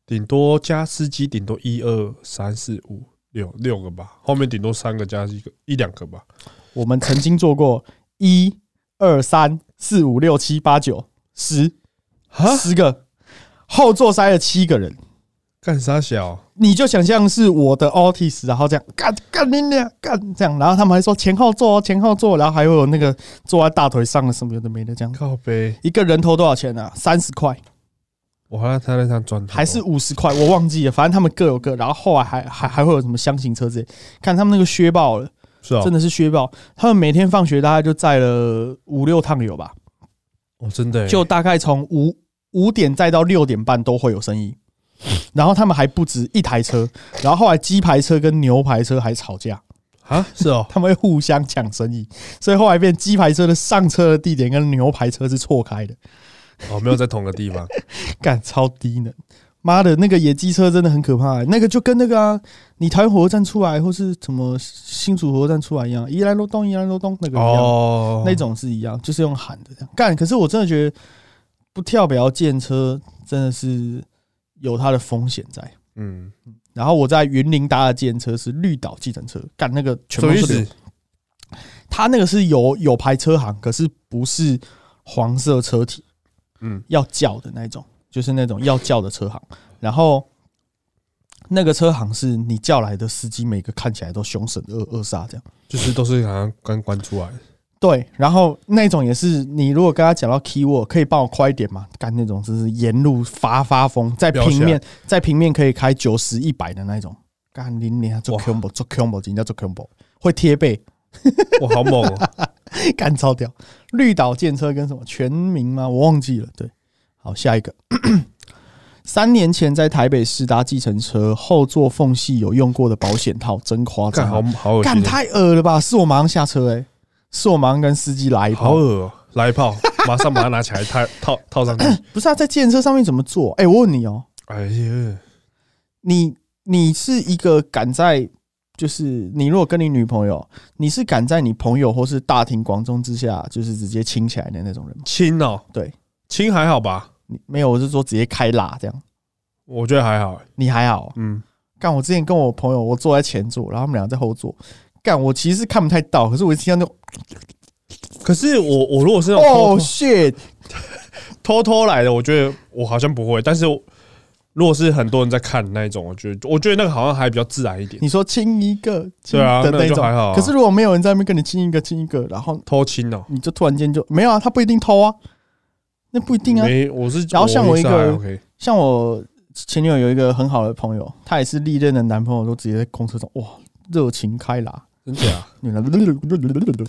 [SPEAKER 1] 顶多加司机，顶多一二三四五六六个吧，后面顶多三个加一个一两个吧，
[SPEAKER 2] 我们曾经做过一、二、三、四、五、六、七、八、九、十，
[SPEAKER 1] 啊
[SPEAKER 2] 十个，后座塞了七个人。
[SPEAKER 1] 干啥小？
[SPEAKER 2] 你就想象是我的 Altis，然后这样干干你俩干这样，然后他们还说前后座哦，前后座，然后还会有那个坐在大腿上的什么有的没的这样。
[SPEAKER 1] 靠背，
[SPEAKER 2] 一个人头多少钱啊？三十块
[SPEAKER 1] 我还在他那上赚，
[SPEAKER 2] 还是五十块？我忘记了，反正他们各有各。然后后来还还还会有什么箱型车之类，看他们那个削爆了。
[SPEAKER 1] 是哦
[SPEAKER 2] 真，的是削爆。他们每天放学大概就载了五六趟有吧，
[SPEAKER 1] 哦，真的欸，
[SPEAKER 2] 就大概从五五点载到六点半都会有生意。然后他们还不止一台车，然后后来鸡排车跟牛排车还吵架，
[SPEAKER 1] 啊，是 哦，
[SPEAKER 2] 他们会互相抢生意，所以后来变鸡排车的上车的地点跟牛排车是错开的，
[SPEAKER 1] 哦，没有在同个 地方，
[SPEAKER 2] 干超低能。妈的，那个野鸡车真的很可怕欸、那个就跟那个啊，你台湾火车站出来，或是什么新竹火车站出来一样，宜兰罗东、宜兰罗东那个一样。
[SPEAKER 1] 哦，
[SPEAKER 2] 那种是一样，就是用喊的这样干。可是我真的觉得不跳表见车真的是有它的风险在。
[SPEAKER 1] 嗯，
[SPEAKER 2] 然后我在云林搭的见车是绿岛计程车，干那个
[SPEAKER 1] 什
[SPEAKER 2] 全部
[SPEAKER 1] 么
[SPEAKER 2] 都
[SPEAKER 1] 意
[SPEAKER 2] 是
[SPEAKER 1] 思
[SPEAKER 2] 绿，？它那个是有有牌车行，可是不是黄色车体，
[SPEAKER 1] 嗯，
[SPEAKER 2] 要叫的那种，就是那种要叫的车行。然后那个车行是你叫来的司机，每个看起来都凶神恶恶煞这样。
[SPEAKER 1] 就是都是好像刚关出来的，
[SPEAKER 2] 对，然后那种也是，你如果跟他讲到 keyword，可以帮我快一点吗？干那种真是沿路发发疯，在
[SPEAKER 1] 飙起来
[SPEAKER 2] 平面在平面可以开九十一百的那种，干你娘做
[SPEAKER 1] 哇
[SPEAKER 2] combo 做 combo，人家做 combo 会贴背，
[SPEAKER 1] 哇，好猛 哦，
[SPEAKER 2] 干超屌。绿岛建车跟什么全民吗？我忘记了。对，好，下一个。 三年前在台北市搭计程车，后座缝隙有用过的保险套，真夸
[SPEAKER 1] 干
[SPEAKER 2] 张
[SPEAKER 1] 好
[SPEAKER 2] 啊！
[SPEAKER 1] 好恶
[SPEAKER 2] 干
[SPEAKER 1] 心哦，
[SPEAKER 2] 太恶了吧！是我马上下车哎、是我马上跟司机来一
[SPEAKER 1] 好
[SPEAKER 2] 炮。
[SPEAKER 1] 恶哦，来一炮，马上把它拿起来，套 套套 上去，
[SPEAKER 2] 不是啊，在电车上面怎么做？哎、我问你哦、
[SPEAKER 1] 哎呀，
[SPEAKER 2] 你你是一个敢在，就是你如果跟你女朋友，你是敢在你朋友或是大庭广众之下，就是直接亲起来的那种人吗？
[SPEAKER 1] 亲哦，
[SPEAKER 2] 对，
[SPEAKER 1] 亲还好吧？
[SPEAKER 2] 你没有，我是说直接开拉这样，
[SPEAKER 1] 我觉得还好欸，
[SPEAKER 2] 你还好。
[SPEAKER 1] 嗯，
[SPEAKER 2] 干，我之前跟我朋友，我坐在前座，然后他们俩在后座。干，我其实是看不太到，可是我一听到
[SPEAKER 1] 可是我我如果是
[SPEAKER 2] 那
[SPEAKER 1] 那
[SPEAKER 2] 种
[SPEAKER 1] 种
[SPEAKER 2] 哦 shit，
[SPEAKER 1] 偷偷偷偷来的，我觉得我好像不会，但是我如果是很多人在看那一种，我觉得我觉得那个好像还比较自然一点，
[SPEAKER 2] 你说亲一个，亲
[SPEAKER 1] 对啊
[SPEAKER 2] 的
[SPEAKER 1] 那个就
[SPEAKER 2] 种
[SPEAKER 1] 还好啊
[SPEAKER 2] 可是如果没有人在那边跟你亲一个亲一个，然后
[SPEAKER 1] 偷亲哦，
[SPEAKER 2] 你就突然间就没有啊，他不一定偷啊，那不一定啊。
[SPEAKER 1] 没，我是
[SPEAKER 2] 然后像我一个
[SPEAKER 1] 我是还 OK，
[SPEAKER 2] 像我前女友有一个很好的朋友，她也是历任的男朋友都直接在公车上哇热情开朗，
[SPEAKER 1] 真 假
[SPEAKER 2] 女人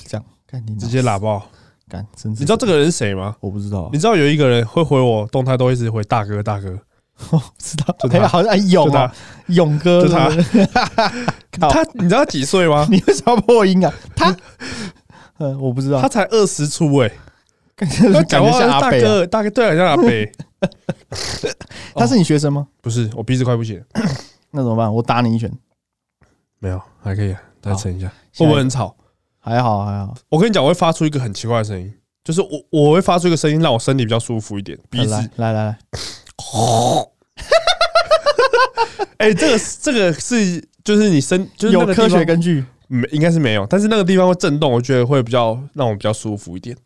[SPEAKER 2] 这样干你娘
[SPEAKER 1] 直接喇爆，
[SPEAKER 2] 干，真
[SPEAKER 1] 你
[SPEAKER 2] 是
[SPEAKER 1] 知道这个人是谁吗？
[SPEAKER 2] 我不知道啊
[SPEAKER 1] 你，知道有一个人会回我动态都一直回大哥大哥，
[SPEAKER 2] 我不知道
[SPEAKER 1] 就，他
[SPEAKER 2] 哎好像哎勇
[SPEAKER 1] 就他
[SPEAKER 2] 啊勇哥
[SPEAKER 1] 就他
[SPEAKER 2] 是不是，靠？
[SPEAKER 1] 他你知道他几岁吗
[SPEAKER 2] 你为啥破音啊？他，呃，我不知道
[SPEAKER 1] 他，才二十出哎，
[SPEAKER 2] 感觉
[SPEAKER 1] 他
[SPEAKER 2] 感
[SPEAKER 1] 讲
[SPEAKER 2] 觉
[SPEAKER 1] 话
[SPEAKER 2] 像
[SPEAKER 1] 大
[SPEAKER 2] 阿北啊、
[SPEAKER 1] 哥，大哥对啊，像阿 北。
[SPEAKER 2] 他是你学生吗？
[SPEAKER 1] 不是，我鼻子快不行了，
[SPEAKER 2] 那怎么办？我打你一
[SPEAKER 1] 哦
[SPEAKER 2] 拳。
[SPEAKER 1] 没有，还可以，啊再撑一下，
[SPEAKER 2] 下
[SPEAKER 1] 会不
[SPEAKER 2] 一个
[SPEAKER 1] 会很吵？
[SPEAKER 2] 还好还好，
[SPEAKER 1] 我跟你讲，我会发出一个很奇怪的声音，就是我我会发出一个声音，让我身体比较舒服一点，鼻子。
[SPEAKER 2] 来来来来，
[SPEAKER 1] 哎、这个这个是就是你身就是那
[SPEAKER 2] 有
[SPEAKER 1] 个
[SPEAKER 2] 科
[SPEAKER 1] 地方
[SPEAKER 2] 学根据。
[SPEAKER 1] 没应该是没有，但是那个地方会震动，我觉得会比较让我比较舒服一点。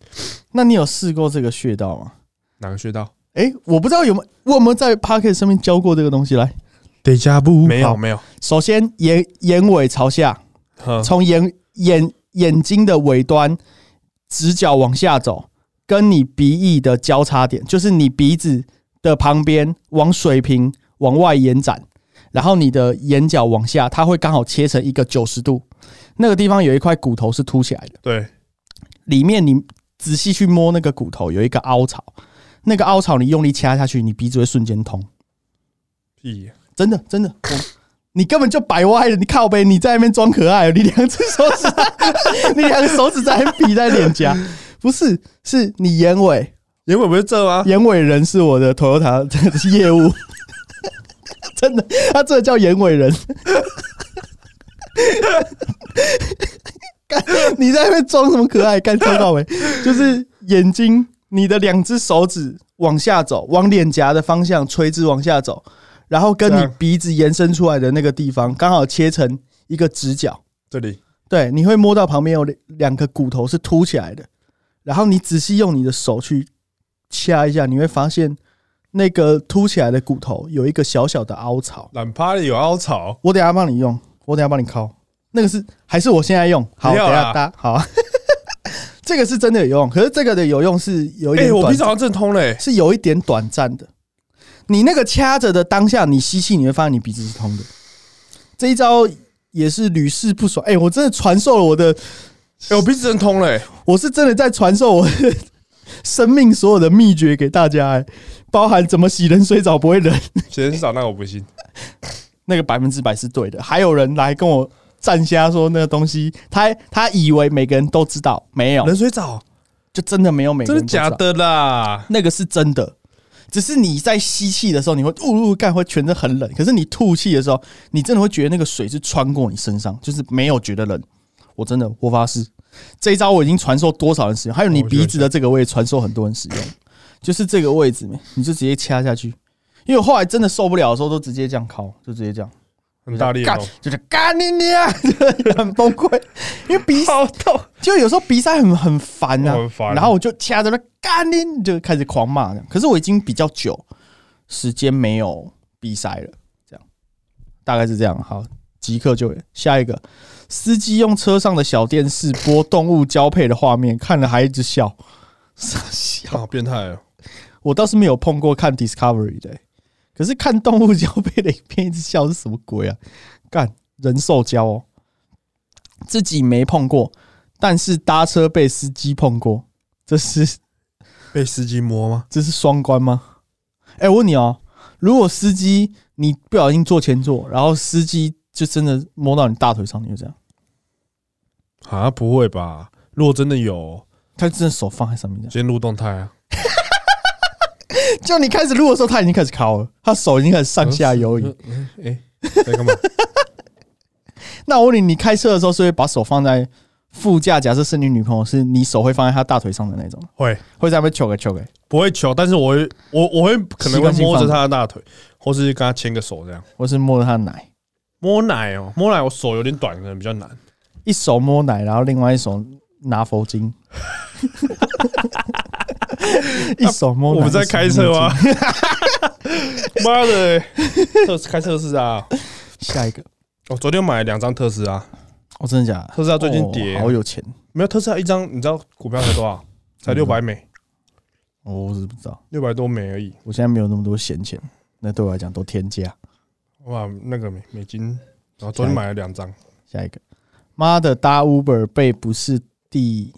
[SPEAKER 2] 那你有试过这个穴道吗？
[SPEAKER 1] 哪个穴道？
[SPEAKER 2] 哎、我不知道有没有，我有没有在 p o c k e t 上面教过这个东西？来，
[SPEAKER 1] 得加布没有
[SPEAKER 2] 好
[SPEAKER 1] 没有，
[SPEAKER 2] 首先眼眼尾朝下，
[SPEAKER 1] 呵
[SPEAKER 2] 从眼眼眼睛的尾端直角往下走，跟你鼻翼的交叉点，就是你鼻子的旁边往水平往外延展，然后你的眼角往下，它会刚好切成一个九十度，那个地方有一块骨头是凸起来的。
[SPEAKER 1] 对，
[SPEAKER 2] 里面你仔细去摸那个骨头，有一个凹槽，那个凹槽你用力掐下去，你鼻子会瞬间通，
[SPEAKER 1] 屁呀，
[SPEAKER 2] 真的真的，我你根本就摆歪了，你靠背，你在那边装可爱，你两只手指，你两个手指在 那边比在脸颊，不是，是你眼尾，
[SPEAKER 1] 原本不是这吗？
[SPEAKER 2] 眼尾人是我的 Toyota 的业务，真的，他这叫眼尾人。干你在那边装什么可爱？干超到尾，就是眼睛，你的两只手指往下走，往脸颊的方向垂直往下走，然后跟
[SPEAKER 1] 这
[SPEAKER 2] 你
[SPEAKER 1] 样
[SPEAKER 2] 鼻子延伸出来的那个地方，刚好切成一个直角。
[SPEAKER 1] 这里
[SPEAKER 2] 对，你会摸到旁边有两两个骨头是凸起来的，然后你仔细用你的手去掐一下，你会发现那个凸起来的骨头有一个小小的凹槽。
[SPEAKER 1] 懒趴里有凹槽，
[SPEAKER 2] 我等一下帮你用，我等一下帮你敲。那个是还是我现在用？好，
[SPEAKER 1] 不
[SPEAKER 2] 等
[SPEAKER 1] 要
[SPEAKER 2] 一下
[SPEAKER 1] 啦
[SPEAKER 2] 搭好、啊。这个是真的有用，可是这个的有用是有一
[SPEAKER 1] 哎、
[SPEAKER 2] 点
[SPEAKER 1] 我
[SPEAKER 2] 短
[SPEAKER 1] 鼻子
[SPEAKER 2] 暂，
[SPEAKER 1] 好像震通欸 嘞、
[SPEAKER 2] 是有一点短暂的。你那个掐着的当下，你吸气，你会发现你鼻子是通的。这一招也是屡试不爽。哎、我真的传授了我的
[SPEAKER 1] 哎、我鼻子震通嘞、
[SPEAKER 2] 我是真的在传授我的生命所有的秘诀给大家、欸，包含怎么洗冷水澡不会冷，
[SPEAKER 1] 显然是找那个我不信，
[SPEAKER 2] 那个百分之百是对的。还有人来跟我站瞎说那个东西，他他以为每个人都知道，没有，
[SPEAKER 1] 冷水澡
[SPEAKER 2] 就真的没有每个
[SPEAKER 1] 真的
[SPEAKER 2] 人都知道
[SPEAKER 1] 假？的啦？
[SPEAKER 2] 那个是真的。只是你在吸气的时候，你会呜呜干，会全身很冷。可是你吐气的时候，你真的会觉得那个水是穿过你身上，就是没有觉得冷。我真的，我发誓，这一招我已经传授多少人使用，还有你
[SPEAKER 1] 哦我觉得
[SPEAKER 2] 鼻子的这个我也传授很多人使用，就是这个位置，你就直接掐下去。因为我后来真的受不了的时候，都直接这样敲，就直接这样，
[SPEAKER 1] 很大力
[SPEAKER 2] 干
[SPEAKER 1] 哦，
[SPEAKER 2] 就是干你娘， 就是很崩溃，因为鼻
[SPEAKER 1] 好痛！
[SPEAKER 2] 就有时候鼻塞很很烦呐、
[SPEAKER 1] 我哦很烦
[SPEAKER 2] 然后我就掐着那干你，就开始狂骂这样。可是我已经比较久时间没有鼻塞了，这样大概是这样。好，即刻救援。下一个，司机用车上的小电视播动物交配的画面，看了还一直笑，傻笑。
[SPEAKER 1] 好变态哦！
[SPEAKER 2] 我倒是没有碰过看 Discovery 的欸、可是看动物交配的影片一直笑是什么鬼啊？干人兽交哦，自己没碰过，但是搭车被司机碰过，这是
[SPEAKER 1] 被司机摸吗？
[SPEAKER 2] 这是双关吗？哎、我问你哦，如果司机你不小心坐前座，然后司机就真的摸到你大腿上，你就这样，
[SPEAKER 1] 啊，不会吧？如果真的有，
[SPEAKER 2] 他就真的手放在上面这样。
[SPEAKER 1] 先录动态啊，
[SPEAKER 2] 就你开始录的时候，他已经开始敲了，他手已经开始上下游移。
[SPEAKER 1] 嗯。嗯 哎、在干嘛？
[SPEAKER 2] 那我问你，你开车的时候是会把手放在副驾？假设是你女朋友，是你手会放在她大腿上的那种，
[SPEAKER 1] 会
[SPEAKER 2] 会在那边求个求个。
[SPEAKER 1] 不会求？但是我会，我我会可能
[SPEAKER 2] 习
[SPEAKER 1] 会
[SPEAKER 2] 惯性
[SPEAKER 1] 摸
[SPEAKER 2] 放
[SPEAKER 1] 着
[SPEAKER 2] 着
[SPEAKER 1] 他的大腿，或是跟他牵个手这样。
[SPEAKER 2] 或是摸着她的奶，
[SPEAKER 1] 摸奶哦、摸奶我手有点短，可能比较难。
[SPEAKER 2] 一手摸奶，然后另外一手拿佛经，一手摸奶。
[SPEAKER 1] 我们在开车啊吗
[SPEAKER 2] 一手摸佛 经？
[SPEAKER 1] 妈的、特斯开特斯拉啊！
[SPEAKER 2] 下一个，
[SPEAKER 1] 我昨天买了两张特斯拉，
[SPEAKER 2] 哦，真的假的？
[SPEAKER 1] 特斯拉最近跌
[SPEAKER 2] 哦，好有钱，
[SPEAKER 1] 没有特斯拉一张，你知道股票才多
[SPEAKER 2] 嗯
[SPEAKER 1] 少？才六百美，
[SPEAKER 2] 哦我是不知道，
[SPEAKER 1] 六百多美而已。
[SPEAKER 2] 我现在没有那么多闲钱，那对我来讲都天价。
[SPEAKER 1] 哇，那个美美金，然后昨天买了两张，
[SPEAKER 2] 下一个，妈的搭 Uber 被不是第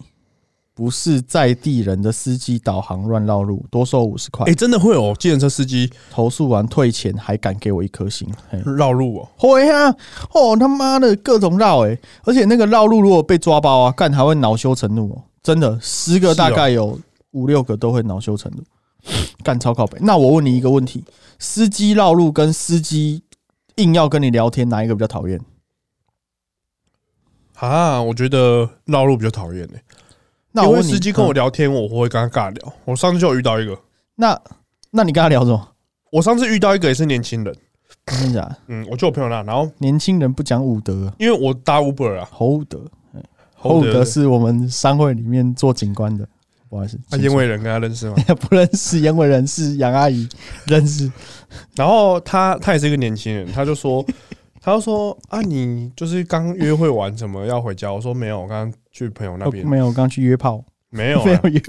[SPEAKER 2] 不是在地人的司机导航乱绕路，多收五十块
[SPEAKER 1] 哎、。真的会有计程车司机
[SPEAKER 2] 投诉完退钱还敢给我一颗星？嘿
[SPEAKER 1] 绕路哦、
[SPEAKER 2] 会啊！哦他妈的各种绕哎、而且那个绕路如果被抓包啊，干还会恼羞成怒哦、真的十
[SPEAKER 1] 是哦
[SPEAKER 2] 个大概有五六个都会恼羞成怒，干超靠北。那我问你一个问题：司机绕路跟司机硬要跟你聊天，哪一个比较讨厌？
[SPEAKER 1] 啊，我觉得绕路比较讨厌呢。欸
[SPEAKER 2] 那
[SPEAKER 1] 因
[SPEAKER 2] 我
[SPEAKER 1] 为
[SPEAKER 2] 问你
[SPEAKER 1] 司机跟我
[SPEAKER 2] 嗯
[SPEAKER 1] 聊天，我会跟他尬聊。我上次就有遇到一个，
[SPEAKER 2] 那那你跟他聊什么？
[SPEAKER 1] 我上次遇到一个也是年轻人，
[SPEAKER 2] 真的假的？
[SPEAKER 1] 嗯，我就我朋友那，然后
[SPEAKER 2] 年轻人不讲武德，
[SPEAKER 1] 因为我搭 Uber 啊，
[SPEAKER 2] 侯武德，侯武德是我们商会里面做警官的，不好意思，
[SPEAKER 1] 啊，因为人跟他认识嘛，
[SPEAKER 2] 不认识烟尾人士杨阿姨，认识
[SPEAKER 1] 然后他他也是一个年轻人，他就说， 他就说啊，你就是刚约会完，怎么要回家？我说没有，我刚刚去朋友那边
[SPEAKER 2] 哦没有？我刚去约炮，
[SPEAKER 1] 没有、
[SPEAKER 2] 没
[SPEAKER 1] 啊。
[SPEAKER 2] 有约，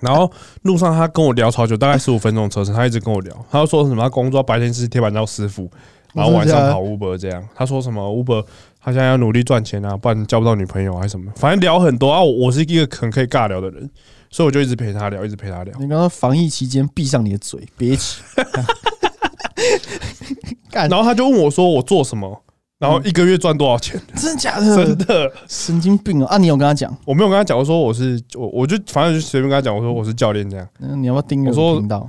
[SPEAKER 1] 然后路上他跟我聊超久，大概十五分钟的车程，他一直跟我聊，他就说什么他工作白天是铁板烧师傅，然后晚上跑 Uber 这样。他说什么 Uber 他现在要努力赚钱啊，不然交不到女朋友还是什么，反正聊很多啊。我我是一个很可以尬聊的人，所以我就一直陪他聊，一直陪他聊。
[SPEAKER 2] 你刚刚防疫期间闭上你的嘴，别起。 干嗯
[SPEAKER 1] 然，后他就问我说我做什么，然后一个月赚多少钱？
[SPEAKER 2] 真的假
[SPEAKER 1] 真
[SPEAKER 2] 的？
[SPEAKER 1] 的。
[SPEAKER 2] 神经病哦！啊，你有跟他讲？
[SPEAKER 1] 我没有跟他讲，我说我是我，我就反正就随便跟他讲，我说我是教练这样，
[SPEAKER 2] 嗯，你要不要订阅
[SPEAKER 1] 我说
[SPEAKER 2] 我频道？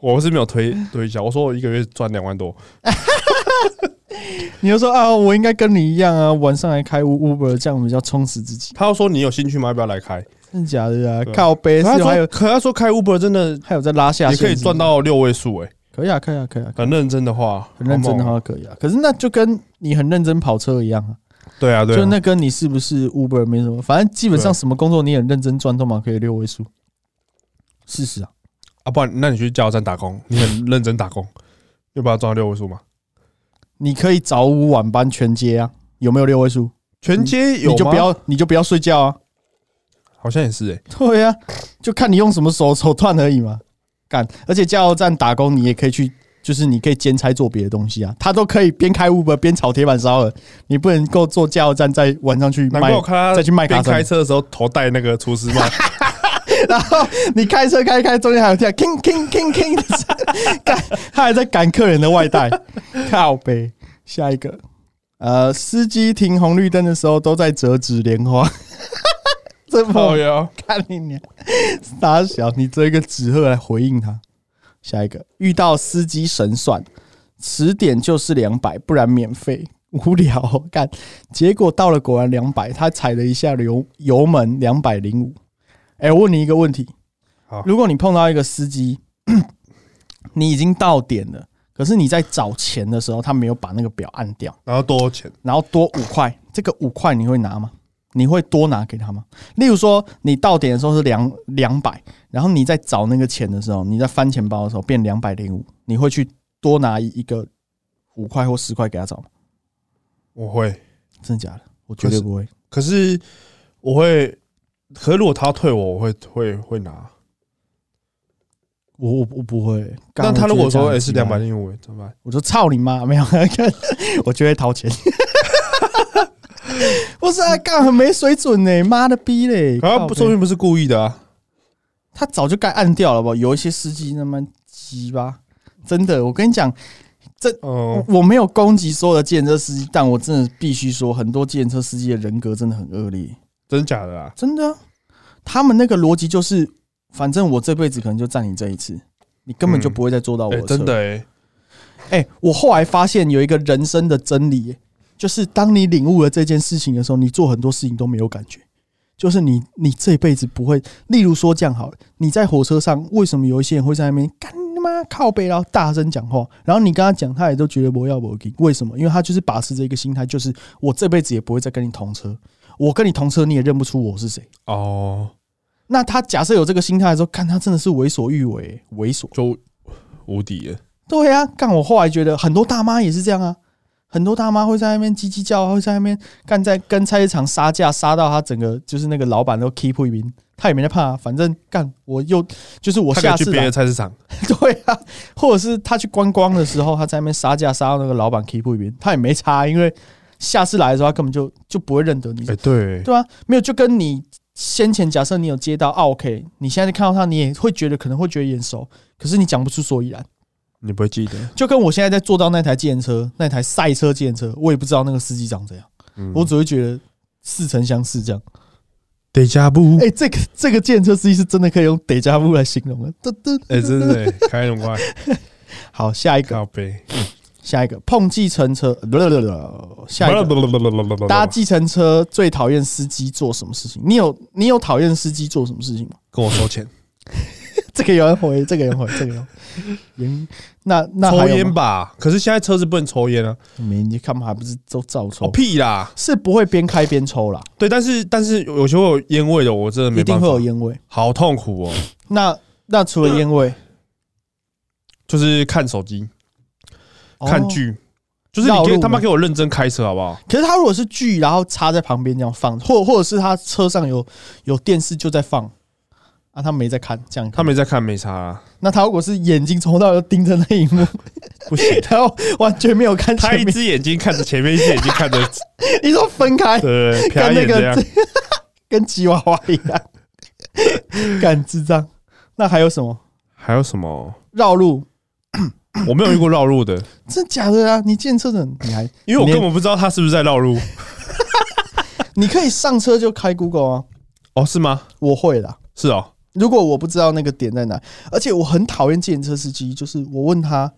[SPEAKER 1] 我是没有推推销，我说我一个月赚两万多，
[SPEAKER 2] 你就说啊，我应该跟你一样啊，晚上来开 Uber，这样比较充实自己。
[SPEAKER 1] 他又说你有兴趣吗？要不要来开？
[SPEAKER 2] 真的假的啊
[SPEAKER 1] 对？啊
[SPEAKER 2] 靠背是
[SPEAKER 1] 他
[SPEAKER 2] 还
[SPEAKER 1] 说
[SPEAKER 2] 有
[SPEAKER 1] 可他说开 Uber 真的
[SPEAKER 2] 还有在拉下
[SPEAKER 1] 也
[SPEAKER 2] 线，
[SPEAKER 1] 可以赚，到六位数诶，
[SPEAKER 2] 可以啊，可以啊，可以啊，
[SPEAKER 1] 很认真的话，
[SPEAKER 2] 很认真的
[SPEAKER 1] 好猛
[SPEAKER 2] 话
[SPEAKER 1] 哦，
[SPEAKER 2] 可以啊。可是那就跟你很认真跑车一样啊。
[SPEAKER 1] 对啊对
[SPEAKER 2] 就
[SPEAKER 1] 啊，
[SPEAKER 2] 那跟你是不是 Uber 没什么，反正基本上什么工作你很认真赚，都嘛可以六位数。事实啊，
[SPEAKER 1] 啊不然那你去加油站打工，你很认真打工，要不要赚到六位数吗？
[SPEAKER 2] 你可以早午晚班全接啊，有没有六位数？
[SPEAKER 1] 全街有
[SPEAKER 2] 嗯你就
[SPEAKER 1] 吗
[SPEAKER 2] 不，要，你就不要睡觉啊。
[SPEAKER 1] 好像也是欸诶，
[SPEAKER 2] 对啊，就看你用什么手手段而已嘛。干，而且加油站打工，你也可以去，就是你可以兼差做别的东西啊。他都可以边开 Uber 边炒铁板烧了，你不能够做加油站在晚上去
[SPEAKER 1] 难怪
[SPEAKER 2] 卖
[SPEAKER 1] 我。看他
[SPEAKER 2] 再去卖卡
[SPEAKER 1] 边
[SPEAKER 2] 车
[SPEAKER 1] 开车的时候头戴那个厨师 帽，
[SPEAKER 2] 然后你开车开一开，中间还有跳 king king king king，的 赶他还在赶客人的外带，靠呗。下一个，呃，司机停红绿灯的时候都在折纸莲花， 这
[SPEAKER 1] 哦
[SPEAKER 2] 么
[SPEAKER 1] 哟，
[SPEAKER 2] 看你娘，傻小，你折一个纸鹤来回应他。下一个，遇到司机神算，迟点就是两百，不然免费。无聊 哦干、结果到了果然两百，他踩了一下油油门，两百零五。哎，我问你一个问题
[SPEAKER 1] 好，
[SPEAKER 2] 如果你碰到一个司机， 你已经到点了，可是你在找钱的时候，他没有把那个表按掉，
[SPEAKER 1] 然后多少钱？
[SPEAKER 2] 然后多五块，这个五块你会拿吗？你会多拿给他吗？例如说，你到点的时候是两两百，然后你在找那个钱的时候，你在翻钱包的时候变两百零五，你会去多拿一个五块或十块给他找吗？
[SPEAKER 1] 我会。
[SPEAKER 2] 真的假的？我绝对不会。
[SPEAKER 1] 可是我会，可是如果他退我，我会会会拿。
[SPEAKER 2] 我我我不会。
[SPEAKER 1] 那
[SPEAKER 2] 干
[SPEAKER 1] 他如果说
[SPEAKER 2] 我觉
[SPEAKER 1] 哎
[SPEAKER 2] 得
[SPEAKER 1] 是
[SPEAKER 2] 这样
[SPEAKER 1] 两
[SPEAKER 2] 很
[SPEAKER 1] 百
[SPEAKER 2] 奇怪
[SPEAKER 1] 零五，怎么办？
[SPEAKER 2] 我说操你妈，没有，我就会掏 钱。不是啊，干很没水准呢、妈的逼嘞！
[SPEAKER 1] 可
[SPEAKER 2] 靠
[SPEAKER 1] 他
[SPEAKER 2] 北
[SPEAKER 1] 说明不是故意的啊。
[SPEAKER 2] 他早就该按掉了吧？有一些司机那么鸡巴，真的，我跟你讲，
[SPEAKER 1] 嗯，
[SPEAKER 2] 我没有攻击所有的计程车司机，但我真的必须说，很多计程车司机的人格真的很恶劣，
[SPEAKER 1] 真假的啊？
[SPEAKER 2] 真的啊、他们那个逻辑就是，反正我这辈子可能就占你这一次，你根本就不会再坐到我
[SPEAKER 1] 哎
[SPEAKER 2] 的，车。
[SPEAKER 1] 真的哎，
[SPEAKER 2] 哎、我后来发现有一个人生的真理、就是当你领悟了这件事情的时候，你做很多事情都没有感觉。就是你，你这辈子不会，例如说这样好了，你在火车上，为什么有一些人会在那边干他妈靠背，然后大声讲话，然后你跟他讲，他也都觉得不要不给，为什么？因为他就是把持着一个心态，就是我这辈子也不会再跟你同车，我跟你同车你也认不出我是谁。
[SPEAKER 1] 哦，
[SPEAKER 2] 那他假设有这个心态的时候，看他真的是为所欲为，猥琐。
[SPEAKER 1] 就无敌了。
[SPEAKER 2] 对啊，干我后来觉得很多大妈也是这样啊，很多大妈会在那边叽叽叫啊，会在那边干在跟菜市场杀价，杀到他整个就是那个老板都 keep 一名，他也没在怕、啊，反正干我又就是我
[SPEAKER 1] 他
[SPEAKER 2] 下
[SPEAKER 1] 可以去
[SPEAKER 2] 次
[SPEAKER 1] 别
[SPEAKER 2] 来
[SPEAKER 1] 的菜市场，
[SPEAKER 2] 对啊，或者是他去观光的时候，他在那边杀价杀到那个老板 keep 一名，他也没啊差，因为下次来的时候他根本就就不会认得你。
[SPEAKER 1] 哎，对，
[SPEAKER 2] 对啊，没有就跟你先前假设你有接到啊 OK，你现在看到他，你也会觉得可能会觉得眼熟，可是你讲不出所以然。
[SPEAKER 1] 你不会记得，
[SPEAKER 2] 就跟我现在在坐到那台计程车，那台赛车计程车，我也不知道那个司机长怎样，
[SPEAKER 1] 嗯
[SPEAKER 2] 我只会觉得似曾相识这样。
[SPEAKER 1] 得加布
[SPEAKER 2] 哎、，这个这个计程车司机是真的可以用 d e j a vu 来形容的。噔噔，
[SPEAKER 1] 哎，真的欸开很快，
[SPEAKER 2] 好，下一个，
[SPEAKER 1] 靠背，
[SPEAKER 2] 下一个，碰计程车，呃不不不不 不下一个，
[SPEAKER 1] 个
[SPEAKER 2] 搭计程车最讨厌司机做什么事情？你有你有讨厌司机做什么事情吗？
[SPEAKER 1] 跟我收钱，
[SPEAKER 2] 这个有人回，这个有人回，这个有人回。 人那那还
[SPEAKER 1] 抽
[SPEAKER 2] 有吗
[SPEAKER 1] 烟吧？可是现在车子不能抽烟啊！
[SPEAKER 2] 没，你看嘛，还不是都照抽？
[SPEAKER 1] 哦屁啦，
[SPEAKER 2] 是不会边开边抽啦，
[SPEAKER 1] 对，但是但是有时候有烟味的，我真的
[SPEAKER 2] 一
[SPEAKER 1] 没
[SPEAKER 2] 定
[SPEAKER 1] 办
[SPEAKER 2] 会
[SPEAKER 1] 法
[SPEAKER 2] 有，烟味。
[SPEAKER 1] 好痛苦哦！
[SPEAKER 2] 那那除了烟味，
[SPEAKER 1] 就是看手机、看
[SPEAKER 2] 哦
[SPEAKER 1] 剧，就是
[SPEAKER 2] 绕
[SPEAKER 1] 你
[SPEAKER 2] 路
[SPEAKER 1] 可以他妈
[SPEAKER 2] 吗
[SPEAKER 1] 给我认真开车好不好？
[SPEAKER 2] 可是他如果是剧，然后插在旁边这样放，或或者是他车上有有电视就在放，啊，他没在看，这样
[SPEAKER 1] 他
[SPEAKER 2] 们
[SPEAKER 1] 没在看，没差啊，
[SPEAKER 2] 那他如果是眼睛从头到尾都盯着那一 幕，
[SPEAKER 1] 不行。
[SPEAKER 2] 然后完全没有看
[SPEAKER 1] 他
[SPEAKER 2] 前
[SPEAKER 1] 一
[SPEAKER 2] 面，
[SPEAKER 1] 只眼睛看着前面，一只眼睛看着
[SPEAKER 2] 你说分开
[SPEAKER 1] 对，瞟
[SPEAKER 2] 跟那
[SPEAKER 1] 眼这
[SPEAKER 2] 个
[SPEAKER 1] 样。
[SPEAKER 2] 跟吉娃娃一样，干智障。那还有什么
[SPEAKER 1] 还有什么？
[SPEAKER 2] 绕路？
[SPEAKER 1] 我没有遇过绕路的，
[SPEAKER 2] 真假的啊？你见车的你还
[SPEAKER 1] 因为我
[SPEAKER 2] 你
[SPEAKER 1] 根本不知道他是不是在绕路。
[SPEAKER 2] 你可以上车就开 Google 啊，
[SPEAKER 1] 哦，是吗？
[SPEAKER 2] 我会啦。
[SPEAKER 1] 是哦，
[SPEAKER 2] 如果我不知道那个点在哪，而且我很讨厌计程车司机，就是我问他，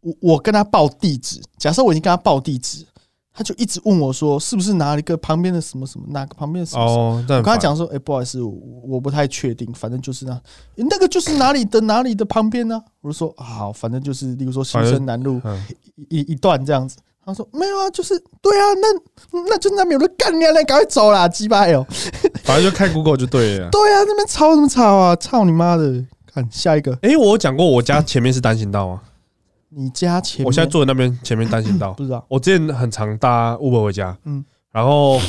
[SPEAKER 2] 我我跟他报地址，假设我已经跟他报地址，他就一直问我说是不是哪一个旁边的什么什么，哪个旁边的什么什么。
[SPEAKER 1] 哦，但
[SPEAKER 2] 我跟他讲说，哎、不好意思，我我不太确定，反正就是那、诶那个就是哪里的哪里的旁边呢、我就说啊好，反正就是，例如说新
[SPEAKER 1] 反
[SPEAKER 2] 生
[SPEAKER 1] 正
[SPEAKER 2] 南路
[SPEAKER 1] 嗯
[SPEAKER 2] 一一一段这样子。他说没有啊，就是对啊，那那就那边我就干你啊，那赶快走啦，鸡巴哟！
[SPEAKER 1] 反正就看 Google 就对 了。
[SPEAKER 2] 对啊，那边吵什么吵啊？操你妈的！看下一个，
[SPEAKER 1] 哎，我有讲过我家前面是单行道吗？
[SPEAKER 2] 你家前面
[SPEAKER 1] 我现在坐的那边前面单行道。
[SPEAKER 2] 不知道，
[SPEAKER 1] 我之前很常搭 Uber 回家，
[SPEAKER 2] 嗯
[SPEAKER 1] 嗯，然后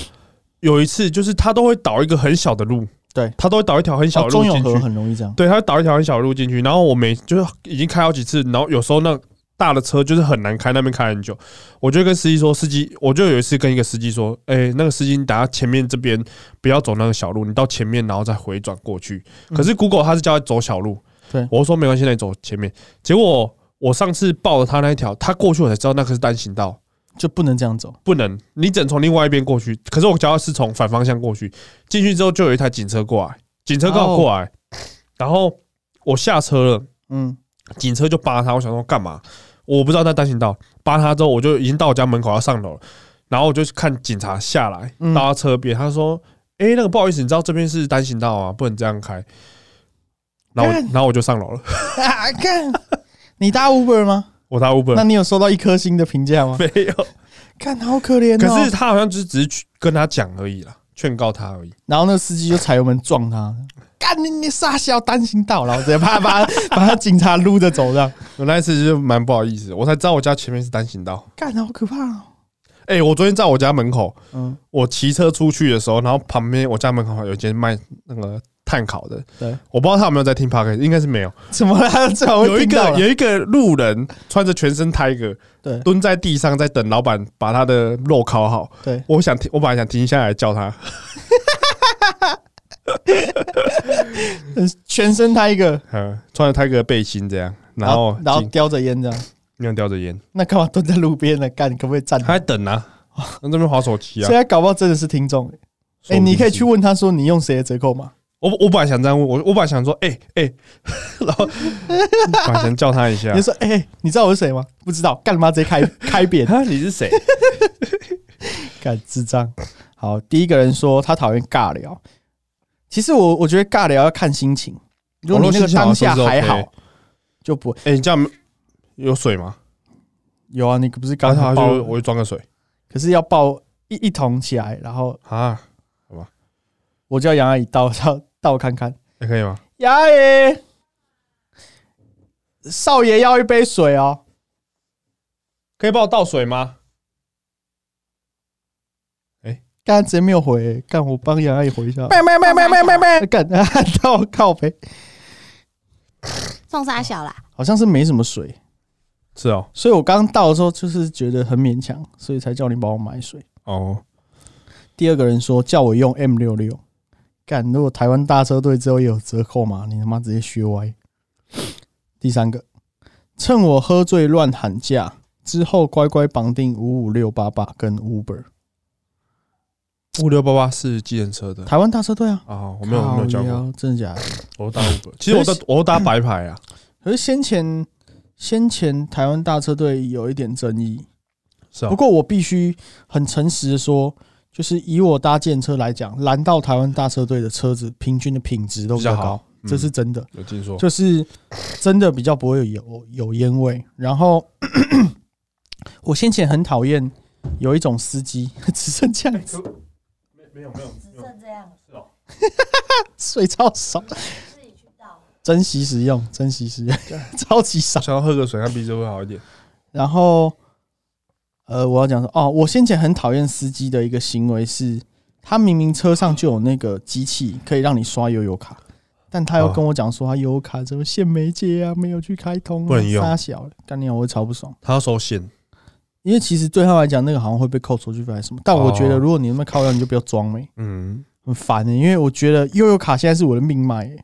[SPEAKER 1] 有一次就是他都会导一个很小的路，
[SPEAKER 2] 对
[SPEAKER 1] 他都会导一条很小
[SPEAKER 2] 小
[SPEAKER 1] 的路
[SPEAKER 2] 哦中永
[SPEAKER 1] 进
[SPEAKER 2] 和
[SPEAKER 1] 去，
[SPEAKER 2] 很容易这样。
[SPEAKER 1] 对，他会导一条很小的路进去。然后我每就是已经开好几次，然后有时候那大的车就是很难开，那边开很久，我就跟司机说，司机，我就有一次跟一个司机说，哎，那个司机，你等下前面这边不要走那个小路，你到前面然后再回转过去。
[SPEAKER 2] 嗯
[SPEAKER 1] 可是 Google 他是叫他走小路，
[SPEAKER 2] 对
[SPEAKER 1] 我就说没关系，那你走前面。结果我上次报了他那一条，他过去我才知道那个是单行道。
[SPEAKER 2] 就不能这样走。
[SPEAKER 1] 不能，你只能从另外一边过去。可是我脚是从反方向过去，进去之后就有一台警车过来，警车刚好过来，然后我下车了，
[SPEAKER 2] 嗯，
[SPEAKER 1] 警车就扒他。我想说干嘛？我不知道在单行道扒他之后，我就已经到我家门口要上楼了，然后我就看警察下来
[SPEAKER 2] 嗯
[SPEAKER 1] 到他车边，他说：“哎、那个不好意思，你知道这边是单行道啊，不能这样开。”然后我
[SPEAKER 2] 干
[SPEAKER 1] 然后我就上楼了，
[SPEAKER 2] 啊，看你搭 Uber 吗？
[SPEAKER 1] 我搭 Uber
[SPEAKER 2] 那你有收到一颗星的评价吗？
[SPEAKER 1] 没有，
[SPEAKER 2] 看好可怜哦。
[SPEAKER 1] 可是他好像就只是去跟他讲而已啦，劝告他而已。
[SPEAKER 2] 然后那个司机就踩油门撞他，干你你傻笑，单行道，然后直接啪把把他 警察撸着走这样，
[SPEAKER 1] 我那一次就蛮不好意思，我才知道我家前面是单行道。
[SPEAKER 2] 干好可怕哦。
[SPEAKER 1] 哎、我昨天在我家门口，
[SPEAKER 2] 嗯，
[SPEAKER 1] 我骑车出去的时候，然后旁边我家门口有一间卖那个炭烤的，
[SPEAKER 2] 对，
[SPEAKER 1] 我不知道他有没有在听 p o d c a s 应该是没有。
[SPEAKER 2] 怎么啦？这好
[SPEAKER 1] 有一个
[SPEAKER 2] 也
[SPEAKER 1] 有一个路人穿着全身 Tiger，
[SPEAKER 2] 对
[SPEAKER 1] 蹲在地上在等老板把他的肉烤好。
[SPEAKER 2] 对，
[SPEAKER 1] 我想停，我本来想停下来叫他，
[SPEAKER 2] 全身他一个，
[SPEAKER 1] 嗯，穿着 Tiger 背心这样，然后
[SPEAKER 2] 然后
[SPEAKER 1] 进
[SPEAKER 2] 叼着烟这样，
[SPEAKER 1] 那样叼着烟，
[SPEAKER 2] 那干嘛蹲在路边呢？干，你可不可以站
[SPEAKER 1] 他？在等啊，那这边划手机啊
[SPEAKER 2] 所以。他搞不好真的是听众。哎、
[SPEAKER 1] 说不定
[SPEAKER 2] 你可以
[SPEAKER 1] 是
[SPEAKER 2] 去问他说你用谁的折扣码？
[SPEAKER 1] 我我本来想这样问，我我本来想说，哎、哎、 然 后本来想叫他一下
[SPEAKER 2] 你就，说，哎、你知道我是谁吗？不知道，干嘛直接开 开扁？
[SPEAKER 1] 啊，你是 谁？
[SPEAKER 2] 干智障。好，第一个人说他讨厌尬聊，其实我我觉得尬聊要看心情，如果你那个当下还
[SPEAKER 1] 哦我若心情好的时候是
[SPEAKER 2] 好
[SPEAKER 1] OK，
[SPEAKER 2] 就不会
[SPEAKER 1] 哎、你这样有水吗？
[SPEAKER 2] 有啊。你不是
[SPEAKER 1] 刚
[SPEAKER 2] 刚
[SPEAKER 1] 才就
[SPEAKER 2] 才爆，
[SPEAKER 1] 我就装个水
[SPEAKER 2] 可是要爆一一桶起来，然后
[SPEAKER 1] 啊，
[SPEAKER 2] 我叫杨阿姨倒倒倒看看，
[SPEAKER 1] 还、哎可以吗？
[SPEAKER 2] 杨阿姨，少爷要一杯水哦。
[SPEAKER 1] 可以帮我倒水吗？
[SPEAKER 2] 刚才直接没有回、干我帮杨阿姨回一下。没没没没没没没， 干啊，到靠北，
[SPEAKER 3] 送沙小啦，
[SPEAKER 2] 好像是没什么水，
[SPEAKER 1] 是哦，
[SPEAKER 2] 所以我刚到的时候就是觉得很勉强，所以才叫你帮我买水。
[SPEAKER 1] 哦，
[SPEAKER 2] 第二个人说叫我用 M 六六，干，如果台湾大车队之后也有折扣嘛，你他妈直接削歪。第三个，趁我喝醉乱喊价之后，乖乖绑定五五六八八跟 Uber。
[SPEAKER 1] 五六八八是计程车的
[SPEAKER 2] 台湾大车队啊，
[SPEAKER 1] 啊，我没有我没有教
[SPEAKER 2] 靠
[SPEAKER 1] 过，
[SPEAKER 2] 腰，真的假的？
[SPEAKER 1] 我都打 Uber，其实我都我都打白牌啊，
[SPEAKER 2] 可是先前先前台湾大车队有一点争议，
[SPEAKER 1] 是啊
[SPEAKER 2] 不，过我必须很诚实的说，就是以我搭建车来讲，蓝到台湾大车队的车子平均的品质都比较
[SPEAKER 1] 比较
[SPEAKER 2] 高
[SPEAKER 1] 好，嗯哦
[SPEAKER 2] 这是真的，
[SPEAKER 1] 有听说，
[SPEAKER 2] 就是真的比较不会有油有烟味。然后 我先前很讨厌有一种司机 只剩这样子
[SPEAKER 3] 哎
[SPEAKER 1] 没没有没有
[SPEAKER 3] 只剩这样，
[SPEAKER 2] 水超少，
[SPEAKER 3] 自己去倒。
[SPEAKER 2] 珍惜使用，珍惜使用， 超级少。
[SPEAKER 1] 想要喝个水，看鼻子会好一点。
[SPEAKER 2] 然后，呃，我要讲说，哦，我先前很讨厌司机的一个行为是，他明明车上就有那个机器可以让你刷悠游卡，但他又
[SPEAKER 1] 哦
[SPEAKER 2] 跟我讲说他悠游卡怎么线没接啊，没有去开通、啊，
[SPEAKER 1] 不能用
[SPEAKER 2] 傻小了，干你娘我会超不爽。
[SPEAKER 1] 他要收线，
[SPEAKER 2] 因为其实对他来讲，那个好像会被扣手续费还是什么，但我觉得
[SPEAKER 1] 哦
[SPEAKER 2] 如果你那么靠腰，你就不要装没、
[SPEAKER 1] 嗯，
[SPEAKER 2] 很烦欸的、因为我觉得悠游卡现在是我的命脉、欸，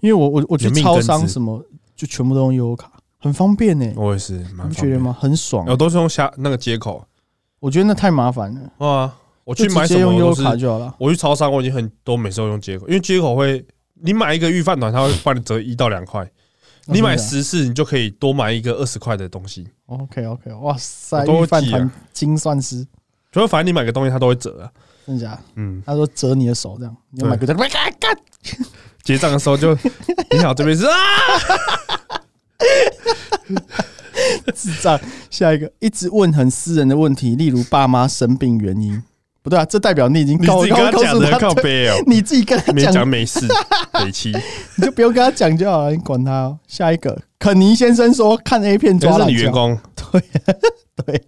[SPEAKER 2] 因为我我我去
[SPEAKER 1] 你的命
[SPEAKER 2] 超
[SPEAKER 1] 根
[SPEAKER 2] 商
[SPEAKER 1] 子
[SPEAKER 2] 什么就全部都用悠游卡，很方便呢、
[SPEAKER 1] 我也是，
[SPEAKER 2] 你
[SPEAKER 1] 蛮
[SPEAKER 2] 不
[SPEAKER 1] 方
[SPEAKER 2] 觉得
[SPEAKER 1] 便？
[SPEAKER 2] 吗？很爽、啊
[SPEAKER 1] 我都是用下那个接口
[SPEAKER 2] 我觉得那太麻烦了。
[SPEAKER 1] 啊，我
[SPEAKER 2] 我
[SPEAKER 1] 去买
[SPEAKER 2] 直
[SPEAKER 1] 什
[SPEAKER 2] 接
[SPEAKER 1] 么
[SPEAKER 2] 用
[SPEAKER 1] 我
[SPEAKER 2] 优
[SPEAKER 1] 都是
[SPEAKER 2] 卡，就好了。
[SPEAKER 1] 我去超商我已经很都每次都用接口，因为接口会，你买一个预饭团，它会帮你折一到两
[SPEAKER 2] 哦
[SPEAKER 1] 块，你买
[SPEAKER 2] 啊
[SPEAKER 1] 十次，你就可以多买一个二十块的东西。
[SPEAKER 2] ，OK OK，哇塞，
[SPEAKER 1] 我都
[SPEAKER 2] 预
[SPEAKER 1] 会
[SPEAKER 2] 饭
[SPEAKER 1] 记啊
[SPEAKER 2] 团精算师，
[SPEAKER 1] 主要反正你买个东西，它都会折啊。
[SPEAKER 2] 真假？
[SPEAKER 1] 嗯，
[SPEAKER 2] 他说折你的手这样，你要买个这样，干干
[SPEAKER 1] 结账的时候就 你好，这边 是啊，
[SPEAKER 2] 智障。下一个一直问很私人的问题，例如爸妈生病原因，不对啊，这代表你已经
[SPEAKER 1] 你
[SPEAKER 2] 告
[SPEAKER 1] 自己跟
[SPEAKER 2] 告
[SPEAKER 1] 他
[SPEAKER 2] 告
[SPEAKER 1] 讲
[SPEAKER 2] 诉
[SPEAKER 1] 的
[SPEAKER 2] 他
[SPEAKER 1] 靠
[SPEAKER 2] 对，
[SPEAKER 1] 背哦，
[SPEAKER 2] 你自己 跟他
[SPEAKER 1] 没
[SPEAKER 2] 讲
[SPEAKER 1] 讲，没事，北 七，
[SPEAKER 2] 你就不用跟他讲就好了，你管他哦。下一个，肯尼先生说看 A 片
[SPEAKER 1] 哎
[SPEAKER 2] 抓
[SPEAKER 1] 这是
[SPEAKER 2] 懒
[SPEAKER 1] 你员
[SPEAKER 2] 觉，
[SPEAKER 1] 工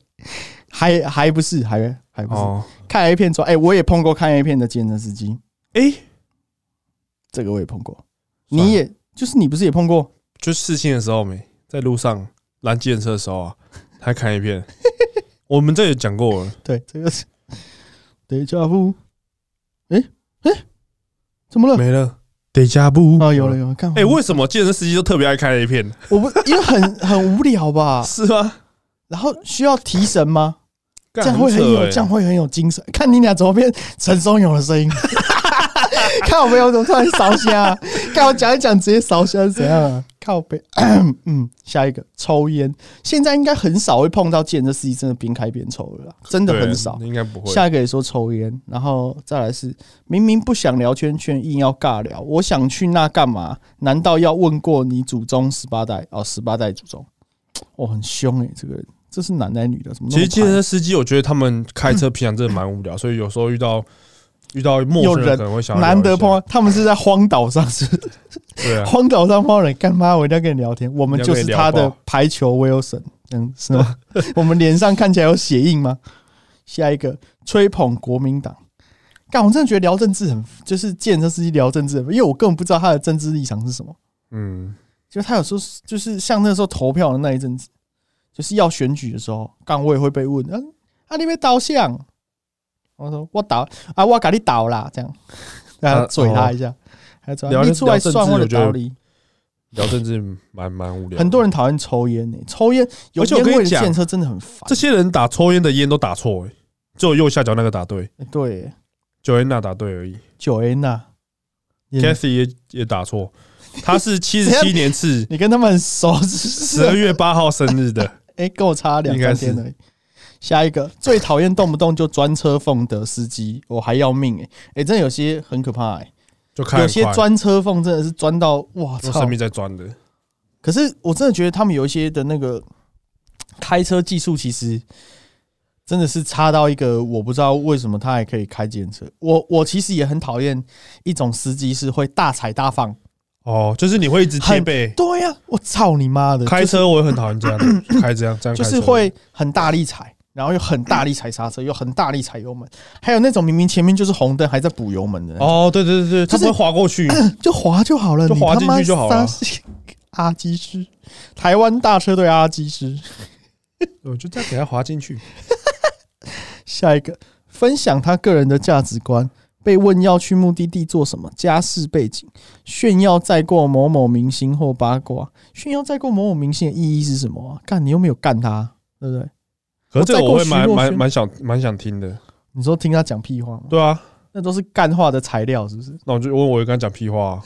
[SPEAKER 2] 还还不是，还还不是
[SPEAKER 1] 哦。
[SPEAKER 2] 看 A 片抓，哎，我也碰过看 A 片的健身司机，
[SPEAKER 1] 哎，
[SPEAKER 2] 这个我也碰过，
[SPEAKER 1] 算了
[SPEAKER 2] 嗯你也就是你不是也碰过？
[SPEAKER 1] 就试训的时候没，在路上拦计程车的时候啊，他看一遍。 我们这也讲过了，
[SPEAKER 2] 对，这个是 deja vu。哎、哎、怎么了？
[SPEAKER 1] 没 了。得加布
[SPEAKER 2] 啊，有了。有了，看。
[SPEAKER 1] 哎、为什么健身司机都特别爱看 A 片？
[SPEAKER 2] 我不因为很很无聊吧，
[SPEAKER 1] 是吗？
[SPEAKER 2] 然后需要提神吗？
[SPEAKER 1] 这
[SPEAKER 2] 这样会很欸有，
[SPEAKER 1] 欸
[SPEAKER 2] 这样会很有精神。看你俩怎么变陈松勇的声音， 看我没有怎么突然烧香、啊，看我讲一讲直接烧香是怎样、啊？靠背，嗯，下一个抽烟，现在应该很少会碰到见这司机真的边开边抽了啦，真的很少。
[SPEAKER 1] 应该不会。
[SPEAKER 2] 下一个也说抽烟，然后再来是明明不想聊圈圈，硬要尬聊。我想去那干嘛？难道要问过你祖宗十八代？哦，十八代祖宗，哦，很凶诶、这个人，这是男的还是女的？怎么那
[SPEAKER 1] 其
[SPEAKER 2] 么
[SPEAKER 1] 实健
[SPEAKER 2] 排
[SPEAKER 1] 身司机，我觉得他们开车平常真的蛮无聊， 所以有时候遇到遇到陌
[SPEAKER 2] 有
[SPEAKER 1] 生人
[SPEAKER 2] 人
[SPEAKER 1] 可能会想要聊一
[SPEAKER 2] 难得
[SPEAKER 1] 下
[SPEAKER 2] 碰到，他们是在荒岛上，是不是
[SPEAKER 1] 对 啊，
[SPEAKER 2] 荒岛上碰到人，干妈我一定要跟你聊天。我们就是他
[SPEAKER 1] 一定要跟你聊
[SPEAKER 2] 的
[SPEAKER 1] 爆
[SPEAKER 2] 排球 Wilson，嗯，是 吗？我们脸上看起来有血印吗？下一个吹捧国民党，干，我真的觉得聊政治很，就是健身司机聊政治很，因为我根本不知道他的政治立场是什么。
[SPEAKER 1] 嗯，
[SPEAKER 2] 就他有时候是就是像那时候投票的那一阵子，就是要选举的时候，岗位会被问，啊啊，你被倒向，我说我倒啊，我给你倒啦，这样，然后嘴 他一下，还嘴他
[SPEAKER 1] 啊哦聊
[SPEAKER 2] 你出来算我的道理。
[SPEAKER 1] 聊政治蛮蛮无聊的。
[SPEAKER 2] 很多人讨厌抽烟呢、抽烟有
[SPEAKER 1] 啊而且我
[SPEAKER 2] 烟
[SPEAKER 1] 跟你
[SPEAKER 2] 味的
[SPEAKER 1] 讲
[SPEAKER 2] 电车真的很烦
[SPEAKER 1] 这。些人打抽烟的烟都打错、欸，只有右下角那个答对，
[SPEAKER 2] 欸对欸，
[SPEAKER 1] 九烟那答对而已。
[SPEAKER 2] 九 N 呐，你
[SPEAKER 1] Kathy 也也打错，他是七十七年次
[SPEAKER 2] 你跟他们很熟 是啊不
[SPEAKER 1] 十二
[SPEAKER 2] 是？
[SPEAKER 1] 月八号生日 的，
[SPEAKER 2] 哎，跟我差两
[SPEAKER 1] 应
[SPEAKER 2] 三
[SPEAKER 1] 该是
[SPEAKER 2] 天而已。下一个最讨厌动不动就专车缝的司机，我还要命哎、欸、哎、真的有些很可怕哎、
[SPEAKER 1] 就看
[SPEAKER 2] 有
[SPEAKER 1] 很
[SPEAKER 2] 些
[SPEAKER 1] 快，
[SPEAKER 2] 钻车缝真的是钻到哇
[SPEAKER 1] 用
[SPEAKER 2] 操
[SPEAKER 1] 生！命在钻的，
[SPEAKER 2] 可是我真的觉得他们有一些的那个开车技术，其实真的是差到一个我不知道为什么他还可以开自行车。我我其实也很讨厌一种司机是会大踩大放。
[SPEAKER 1] 哦，就是你会一直贴背。
[SPEAKER 2] 对呀、我操你妈的！
[SPEAKER 1] 开车我也很讨厌这样 的，开这样这样
[SPEAKER 2] 就
[SPEAKER 1] 开车
[SPEAKER 2] 是就是会很大力踩，然后又很大力踩刹车，又很大力踩油门，还有那种明明前面就是红灯还在补油门的，哦，
[SPEAKER 1] 哦，对对对对，
[SPEAKER 2] 就
[SPEAKER 1] 他
[SPEAKER 2] 是
[SPEAKER 1] 们会划过 去，
[SPEAKER 2] 就滑就好了，
[SPEAKER 1] 就
[SPEAKER 2] 你
[SPEAKER 1] 滑
[SPEAKER 2] 他
[SPEAKER 1] 进
[SPEAKER 2] 妈
[SPEAKER 1] 去就好了
[SPEAKER 2] 杀。阿基师，台湾大车队阿基师。
[SPEAKER 1] 我就这样给他滑进去。
[SPEAKER 2] 下一个，分享他个人的价值观，被问要去目的地做什么，家世背景，炫耀载过某某明星或八卦，炫耀载过某某明星的意义是什么、啊？干你又没有干他，对不对？
[SPEAKER 1] 可是这个我会
[SPEAKER 2] 我再
[SPEAKER 1] 蛮
[SPEAKER 2] 过徐若
[SPEAKER 1] 蛮
[SPEAKER 2] 瑄
[SPEAKER 1] 蛮想蛮想听的。
[SPEAKER 2] 你说听他讲屁话吗？
[SPEAKER 1] 对啊，
[SPEAKER 2] 那都是干话的材料，是不是？
[SPEAKER 1] 那我就问我就跟他讲屁话 啊、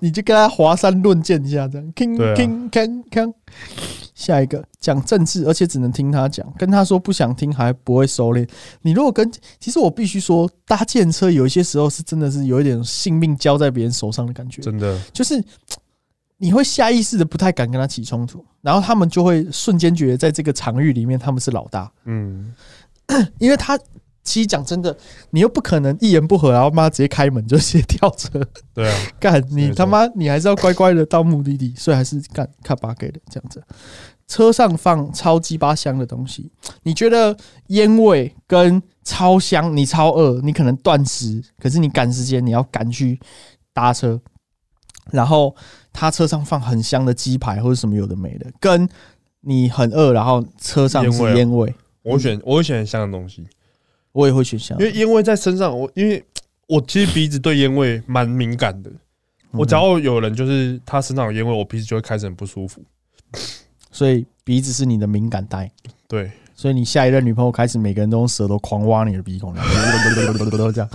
[SPEAKER 2] 你就跟他华山论剑一下，这样铿
[SPEAKER 1] 对啊
[SPEAKER 2] 铿铿铿。下一个讲政治，而且只能听他讲，跟他说不想听还不会收敛。你如果跟，其实我必须说，搭建车有一些时候是真的是有一点性命交在别人手上的感觉，
[SPEAKER 1] 真的。
[SPEAKER 2] 就是你会下意识的不太敢跟他起冲突，然后他们就会瞬间觉得在这个场域里面他们是老大，
[SPEAKER 1] 嗯，
[SPEAKER 2] 因为他其实讲真的，你又不可能一言不合然后妈直接开门就直接跳车，
[SPEAKER 1] 对啊，
[SPEAKER 2] 干
[SPEAKER 1] 没
[SPEAKER 2] 你
[SPEAKER 1] 错
[SPEAKER 2] 他妈，你还是要乖乖的到目的地，所以还是干看八给的这样子。车上放超鸡巴香的东西，你觉得烟味跟超香，你超饿，你可能断食，可是你赶时间，你要赶去搭车，然后他车上放很香的鸡排或者什么有的没的，跟你很饿，然后车上
[SPEAKER 1] 烟
[SPEAKER 2] 是
[SPEAKER 1] 味啊
[SPEAKER 2] 烟味，
[SPEAKER 1] 我会选我会选很香的东西，
[SPEAKER 2] 我也会选香
[SPEAKER 1] 因。为烟味在身上，我因为我其实鼻子对烟味蛮敏感的。我只
[SPEAKER 2] 嗯
[SPEAKER 1] 要有人就是他身上有烟味，我鼻子就会开始很不舒服。
[SPEAKER 2] 所以鼻子是你的敏感带。
[SPEAKER 1] 对，
[SPEAKER 2] 所以你下一任女朋友开始，每个人都用舌头狂挖你的鼻孔，然后这样。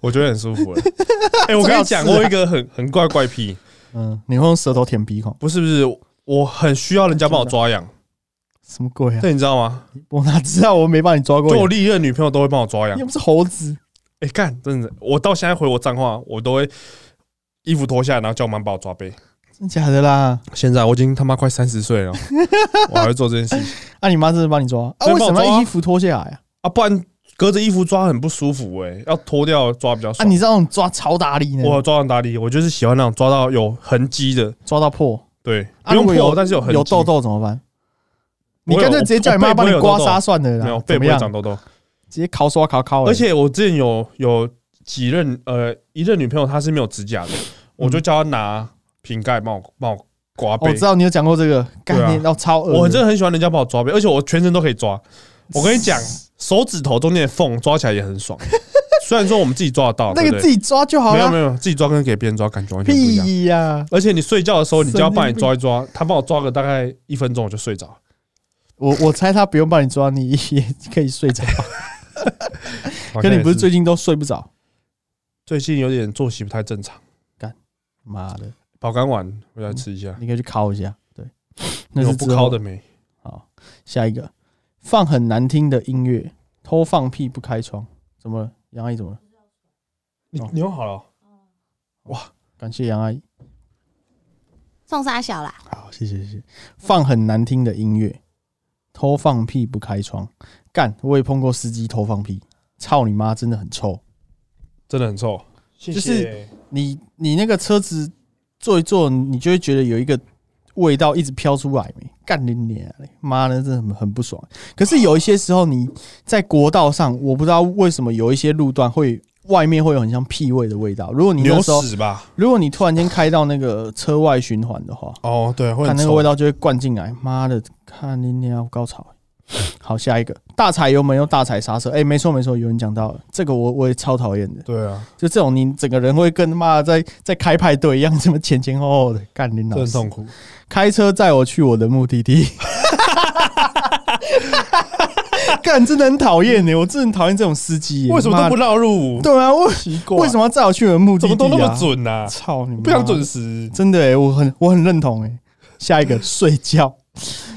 [SPEAKER 1] 我觉得很舒服 了。哎，我
[SPEAKER 2] 最
[SPEAKER 1] 跟
[SPEAKER 2] 好
[SPEAKER 1] 你
[SPEAKER 2] 吃啊
[SPEAKER 1] 讲过一个很很怪怪癖，
[SPEAKER 2] 嗯，你会用舌头舔鼻孔，
[SPEAKER 1] 不是不是，我很需要人家帮我抓痒，
[SPEAKER 2] 什么鬼啊？
[SPEAKER 1] 这你知道吗？
[SPEAKER 2] 我哪知道我没把你抓过
[SPEAKER 1] 就我
[SPEAKER 2] 眼？
[SPEAKER 1] 历任女朋友都会帮我抓痒
[SPEAKER 2] 你又。不是猴子，
[SPEAKER 1] 哎，干，真的，我到现在回我脏话，我都会衣服脱下来，然后叫我妈帮我抓背。
[SPEAKER 2] 真假的啦？
[SPEAKER 1] 现在我已经他妈快三十岁了，我还会做这件事情
[SPEAKER 2] 啊，你妈真的帮你抓啊？
[SPEAKER 1] 真
[SPEAKER 2] 为
[SPEAKER 1] 的帮
[SPEAKER 2] 什
[SPEAKER 1] 我抓啊
[SPEAKER 2] 么要衣服脱下来啊？
[SPEAKER 1] 啊，不然隔着衣服抓很不舒服哎、要脱掉抓比较
[SPEAKER 2] 啊，
[SPEAKER 1] 爽。
[SPEAKER 2] 你知道那种抓超大力呢，
[SPEAKER 1] 我抓到打理，我就是喜欢那种抓到有痕迹的，
[SPEAKER 2] 抓到破，
[SPEAKER 1] 对，
[SPEAKER 2] 啊
[SPEAKER 1] 不用
[SPEAKER 2] 如果有
[SPEAKER 1] 破，但是有痕迹。
[SPEAKER 2] 有痘痘怎么办？
[SPEAKER 1] 我
[SPEAKER 2] 你
[SPEAKER 1] 有
[SPEAKER 2] 干脆直接叫你妈帮你刮痧算了
[SPEAKER 1] 没有
[SPEAKER 2] 啦，
[SPEAKER 1] 背不
[SPEAKER 2] 啊怎么
[SPEAKER 1] 会
[SPEAKER 2] 样？哦
[SPEAKER 1] 长痘痘。
[SPEAKER 2] 直接烤刷烤烤而
[SPEAKER 1] 而
[SPEAKER 2] 已，
[SPEAKER 1] 且我之前有有几任呃一任女朋友，她是没有指甲的，我就叫她拿瓶盖帮我帮我刮
[SPEAKER 2] 嗯哦我
[SPEAKER 1] 背
[SPEAKER 2] 知。道你有讲过这个概
[SPEAKER 1] 对啊
[SPEAKER 2] 念，要超恶的。
[SPEAKER 1] 我真的很喜欢人家帮我抓背，而且我全身都可以抓。我跟你 讲，手指头中间的缝抓起来也很爽。虽然说我们自己抓得到，
[SPEAKER 2] 那
[SPEAKER 1] 对
[SPEAKER 2] 个
[SPEAKER 1] 不
[SPEAKER 2] 自
[SPEAKER 1] 对
[SPEAKER 2] 己抓就好
[SPEAKER 1] 没有
[SPEAKER 2] 了
[SPEAKER 1] 没，有自己抓跟给别人抓感觉完全不一样。
[SPEAKER 2] 屁呀！
[SPEAKER 1] 而且你睡觉的时候，你就要
[SPEAKER 2] 神经
[SPEAKER 1] 帮你抓一抓，他帮我抓个大概一分钟，我就睡着。
[SPEAKER 2] 我我猜他不用帮你抓，你也 可以睡着。
[SPEAKER 1] 好
[SPEAKER 2] 可
[SPEAKER 1] 像
[SPEAKER 2] 你
[SPEAKER 1] 也
[SPEAKER 2] 不是最近都睡不着？
[SPEAKER 1] 最近有点作息不太正常，
[SPEAKER 2] 妈的，
[SPEAKER 1] 保肝丸回来吃一下，
[SPEAKER 2] 你可以去敲一下。对，那
[SPEAKER 1] 有
[SPEAKER 2] 是
[SPEAKER 1] 不
[SPEAKER 2] 之
[SPEAKER 1] 敲
[SPEAKER 2] 后
[SPEAKER 1] 的。没？
[SPEAKER 2] 好，下一个放很难听的音乐，偷放屁不开窗，怎么了？杨阿姨怎么了？
[SPEAKER 1] 你
[SPEAKER 2] 哦
[SPEAKER 1] 你用好了哦，
[SPEAKER 2] 感谢杨阿姨。
[SPEAKER 3] 送沙小啦，
[SPEAKER 2] 好，谢谢谢谢。放很难听的音乐，偷放屁不开窗，干！我也碰过司机偷放屁，操你妈，真的很臭。
[SPEAKER 1] 真的很臭。谢
[SPEAKER 2] 就是你你那个车子坐一坐，你就会觉得有一个味道一直飘出来没？干你娘嘞！妈的，真的很很不爽。可是有一些时候你在国道上，我不知道为什么有一些路段会外面会有很像屁味的味道。如果你
[SPEAKER 1] 牛
[SPEAKER 2] 那时候，
[SPEAKER 1] 屎吧？
[SPEAKER 2] 如果你突然间开到那个车外循环的话，
[SPEAKER 1] 哦，对，会
[SPEAKER 2] 看
[SPEAKER 1] 很
[SPEAKER 2] 那个味
[SPEAKER 1] 臭。
[SPEAKER 2] 道就会灌进来。妈的，看你娘，我高潮。好，下一个大踩油门又大踩刹车，哎、没错没错，有人讲到了，这个我我也超讨厌的。
[SPEAKER 1] 对啊，
[SPEAKER 2] 就这种，你整个人会跟他妈在在开派对一样，这么前前后后的干你
[SPEAKER 1] 这
[SPEAKER 2] 脑
[SPEAKER 1] 很痛苦。
[SPEAKER 2] 开车载我去我的目 的地，干真的很讨厌呢，我真的很讨厌这种司机耶。
[SPEAKER 1] 为什么
[SPEAKER 2] 妈
[SPEAKER 1] 都不绕路？
[SPEAKER 2] 对啊？为
[SPEAKER 1] 奇怪，
[SPEAKER 2] 为什么要载我去我的目的
[SPEAKER 1] 怎
[SPEAKER 2] 地、
[SPEAKER 1] 么都
[SPEAKER 2] 啊？
[SPEAKER 1] 那么？准呐？
[SPEAKER 2] 操你妈！
[SPEAKER 1] 不想准，时，
[SPEAKER 2] 真的哎，我很我很认同哎。下一个睡觉，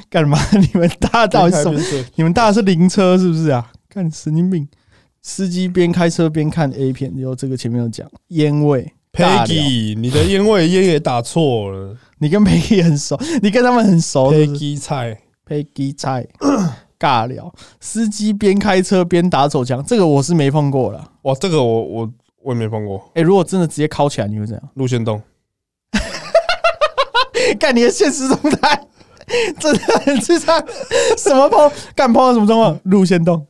[SPEAKER 2] 干嘛？你们大到底是什么？
[SPEAKER 1] 么？
[SPEAKER 2] 你们大的是灵车是不是啊？干神经病！司机边开车边看 A 片，然后这个前面有讲烟味。大聊
[SPEAKER 1] Peggy，你的烟味烟也打错了。
[SPEAKER 2] 你跟 Peggy 很熟， 你跟他们很熟哦是不是
[SPEAKER 1] Peggy 菜，
[SPEAKER 2] Peggy 菜 尬聊，司机边开车边打手枪，这个我是没碰过了。
[SPEAKER 1] 哇，这个我我我也没碰过。
[SPEAKER 2] 哎、如果真的直接铐起来，你会怎样？
[SPEAKER 1] 路线洞，
[SPEAKER 2] 哦干你的现实动态， 真的很智障。 什么碰？干碰到什么状况？路线动，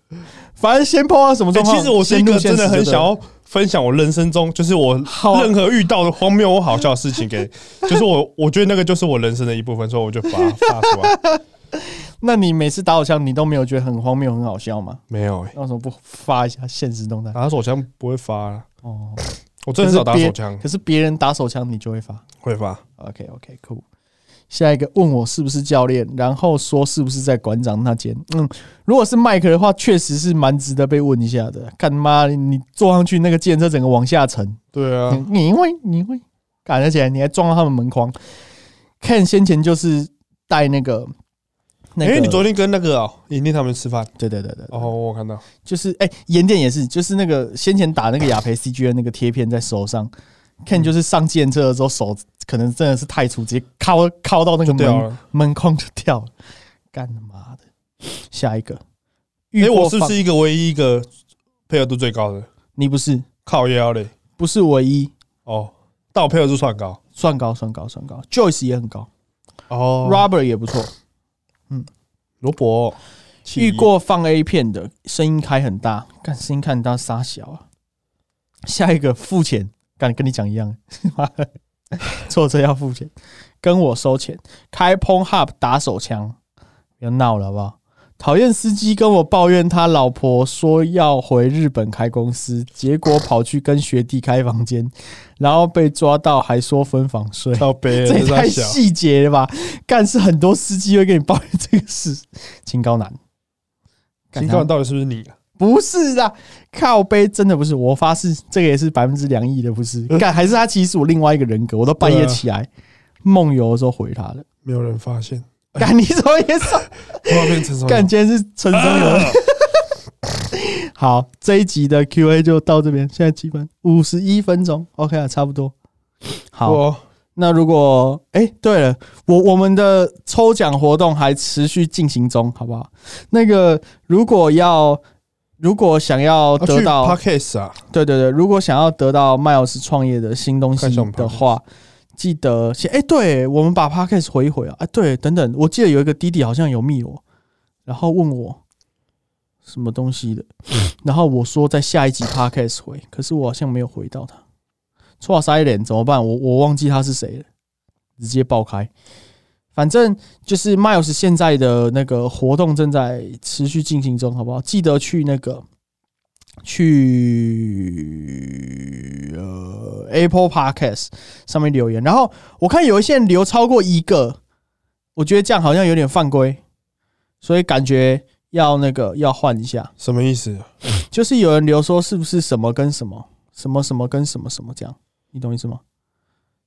[SPEAKER 2] 反正先碰到什么
[SPEAKER 1] 欸
[SPEAKER 2] 状况、
[SPEAKER 1] 其实我是一
[SPEAKER 2] 先
[SPEAKER 1] 个
[SPEAKER 2] 路线
[SPEAKER 1] 真的
[SPEAKER 2] 死
[SPEAKER 1] 很
[SPEAKER 2] 对
[SPEAKER 1] 想要分享我人生中，就是我
[SPEAKER 2] 好
[SPEAKER 1] 任何遇到的荒谬或好笑的事 情给，就是我我觉得那个就是我人生的一部分，所以我就把它发出来。
[SPEAKER 2] 那你每次打手枪，你都没有觉得很荒谬、很好笑吗？
[SPEAKER 1] 没有、欸，
[SPEAKER 2] 那为什么不发一下现实动态？
[SPEAKER 1] 打手枪不会发啦，
[SPEAKER 2] 哦，
[SPEAKER 1] 我真的很少打手枪，
[SPEAKER 2] 可是别人打手枪，你就会发。
[SPEAKER 1] 会发。
[SPEAKER 2] OK OK cool。下一个问我是不是教练，然后说是不是在馆长那间。嗯，如果是麦克的话，确实是蛮值得被问一下的。干妈，你坐上去那个建车整个往下沉，
[SPEAKER 1] 对啊，
[SPEAKER 2] 嗯你会你会赶得起来，你还撞到他们门框。看先前就是带那个那
[SPEAKER 1] 因
[SPEAKER 2] 个，
[SPEAKER 1] 为你昨天跟那个哦，尹定他们吃饭，
[SPEAKER 2] 对对对对，
[SPEAKER 1] 哦，我看到，
[SPEAKER 2] 就是哎，盐、店也是，就是那个先前打那个雅培 CG 的那个贴片在手上，看就是上建车的时候手可能真的是太粗，直接敲敲到那个
[SPEAKER 1] 就掉
[SPEAKER 2] 门
[SPEAKER 1] 了。
[SPEAKER 2] 门框就掉了，干他妈的！下一个，
[SPEAKER 1] 哎、
[SPEAKER 2] 遇过
[SPEAKER 1] 我是不
[SPEAKER 2] 放
[SPEAKER 1] 是一个唯一一个配合度最高的？
[SPEAKER 2] 你不是
[SPEAKER 1] 靠腰嘞，
[SPEAKER 2] 不是唯一，
[SPEAKER 1] 哦，但我配合度算高
[SPEAKER 2] 算高算高算高，Joyce 也很高、
[SPEAKER 1] 哦
[SPEAKER 2] r o b e r t 也不错，
[SPEAKER 1] 罗伯
[SPEAKER 2] 遇过放 A 片的，声音开很大，干声音开很大傻小啊。下一个付钱，干跟你讲一样， 妈的坐车要付钱，跟我收钱，开 p o n Hub 打手枪，不要闹了好不好？讨厌司机跟我抱怨他老婆说要回日本开公司，结果跑去跟学弟开房间，然后被抓到，还说分房 睡。
[SPEAKER 1] 靠背，
[SPEAKER 2] 这也
[SPEAKER 1] 太
[SPEAKER 2] 太
[SPEAKER 1] 小，
[SPEAKER 2] 细节了吧！干是很多司机会跟你抱怨这个事，清高男，
[SPEAKER 1] 金
[SPEAKER 2] 干
[SPEAKER 1] 冠到底是不是你、啊？
[SPEAKER 2] 他不是啦，靠背真的不是，我发誓，这个也是百分之两亿的，不是
[SPEAKER 1] 呃
[SPEAKER 2] 干还是他其实我另外一个人格，我都半夜起来梦游的时候回他的，
[SPEAKER 1] 没有人发现，
[SPEAKER 2] 干你怎么也是
[SPEAKER 1] 我要变成什么？
[SPEAKER 2] 干今天是陈生游。
[SPEAKER 1] 啊
[SPEAKER 2] 好，这一集的 Q&A 就到这边，现在几分？五十一分钟，OK 啊，差不多。好，
[SPEAKER 1] 我
[SPEAKER 2] 那如果哎、对了，我我们的抽奖活动还持续进行中，好不好？那个如果要如果想要
[SPEAKER 1] 啊要去
[SPEAKER 2] 得到，
[SPEAKER 1] podcast 啊，
[SPEAKER 2] 对对对，如果想要得到 Miles 创业的新东西
[SPEAKER 1] 看一下我们
[SPEAKER 2] 的话，记得先哎、对我们把 Podcast 回一回啊，哎、对，等等，我记得有一个弟弟好像有密我，然后问我什么东西的，然后我说在下一集 Podcast 回，可是我好像没有回到他，错塞脸怎么办？我我忘记他是谁了，直接爆开。反正就是 Miles 现在的那个活动正在持续进行中，好不好？记得去那个去呃 Apple Podcast 上面留言。然后我看有一些人留超过一个，我觉得这样好像有点犯规，所以感觉要那个要换一下。
[SPEAKER 1] 什么意思？
[SPEAKER 2] 就是有人留说是不是什么跟什么什么什么跟什么什么这样，你懂意思吗？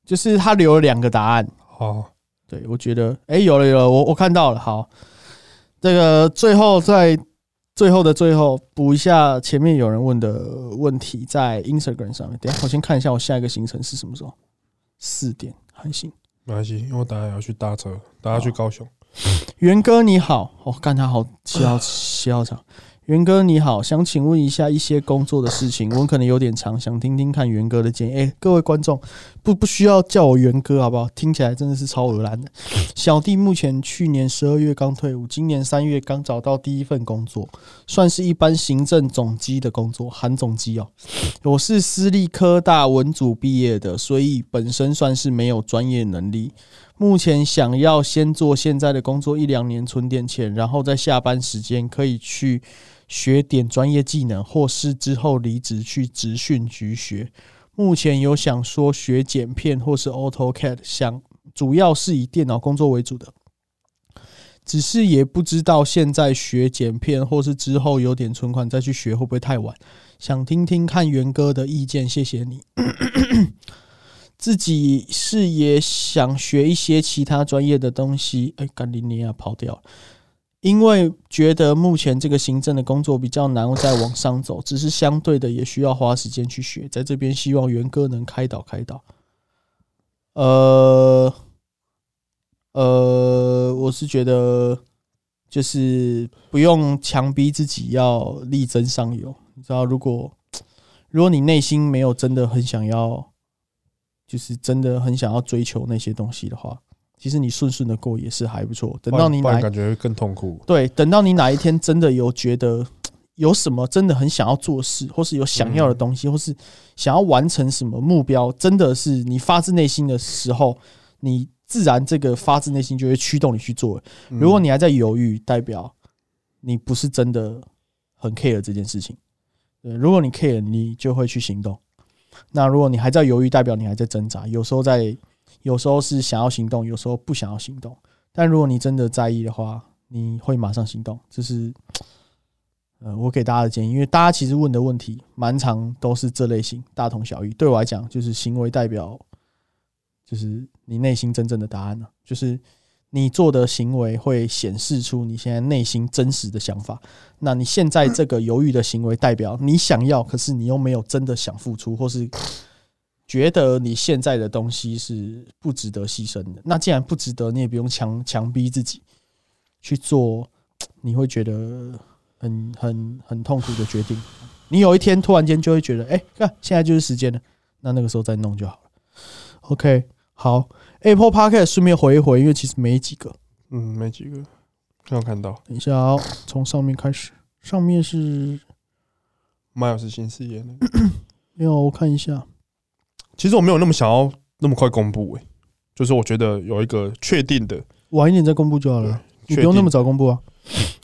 [SPEAKER 2] 就是他留了两个答案。
[SPEAKER 1] 哦，
[SPEAKER 2] 对，我觉得，哎、有了有了，我我看到了。好，这个最后在最后的最后补一下前面有人问的问题，在 Instagram 上面。等一下我先看一下我下一个行程是什么时候，四点还行。
[SPEAKER 1] 没关系，因为我等下也要去搭车，等下去高雄。
[SPEAKER 2] 元哥你好，哦，干他好七号七号场。元哥你好，想请问一下一些工作的事情，我可能有点长，想听听看元哥的建议。哎、各位观众，不不需要叫我元哥好不好？听起来真的是超恶然的。小弟目前去年十二月刚退伍，今年三月刚找到第一份工作，算是一般行政总机的工作，韩总机哦。我是私立科大文组毕业的，所以本身算是没有专业能力。目前想要先做现在的工作一两年存点钱，然后在下班时间可以去学点专业技能，或是之后离职去职训局学。目前有想说学剪片或是 AutoCAD，想主要是以电脑工作为主的。只是也不知道现在学剪片，或是之后有点存款再去学，会不会太晚？想听听看元哥的意见，谢谢你。自己是也想学一些其他专业的东西，哎、甘霖尼亚跑掉了，因为觉得目前这个行政的工作比较难再往上走， 只是相对的也需要花时间去学，在这边希望元哥能开导开导。呃呃，我是觉得就是不用强逼自己要力争上游，你知道，如果如果你内心没有真的很想要。就是真的很想要追求那些东西的话，其实你顺顺的过也是还不错。等到你
[SPEAKER 1] 不
[SPEAKER 2] 哪
[SPEAKER 1] 然
[SPEAKER 2] 一
[SPEAKER 1] 感觉会更痛苦。
[SPEAKER 2] 对，等到你哪一天真的有觉得有什么真的很想要做的事，或是有想要的东西，或是想要完成什么目标，真的是你发自内心的时候，你自然这个发自内心就会驱动你去做。
[SPEAKER 1] 嗯
[SPEAKER 2] 如果你还在犹豫，代表你不是真的很 care 这件事情。对，如果你 care，你就会去行动。那如果你还在犹豫，代表你还在挣扎。有时候在，有时候是想要行动，有时候不想要行动。但如果你真的在意的话，你会马上行动。这是，呃，我给大家的建议。因为大家其实问的问题，蛮长都是这类型，大同小异。对我来讲，就是行为代表，就是你内心真正的答案了、就是你做的行为会显示出你现在内心真实的想法。那你现在这个犹豫的行为，代表你想要，可是你又没有真的想付出，或是觉得你现在的东西是不值得牺牲的。那既然不值得，你也不用强强逼自己去做，你会觉得很很很痛苦的决定。你有一天突然间就会觉得，哎、看现在就是时间了，那那个时候再弄就好了。OK，好，Apple Park 顺便回一回，因为其实没几个。
[SPEAKER 1] 嗯，没几个，刚看到
[SPEAKER 2] 等一下、哦，从上面开始，上面是
[SPEAKER 1] 蛮有是新事业的。
[SPEAKER 2] 没有，我看一下。
[SPEAKER 1] 其实我没有那么想要那么快公布、欸，就是我觉得有一个确定的，
[SPEAKER 2] 晚一点再公布就好了，你
[SPEAKER 1] 确
[SPEAKER 2] 不用那
[SPEAKER 1] 定
[SPEAKER 2] 么早公布啊，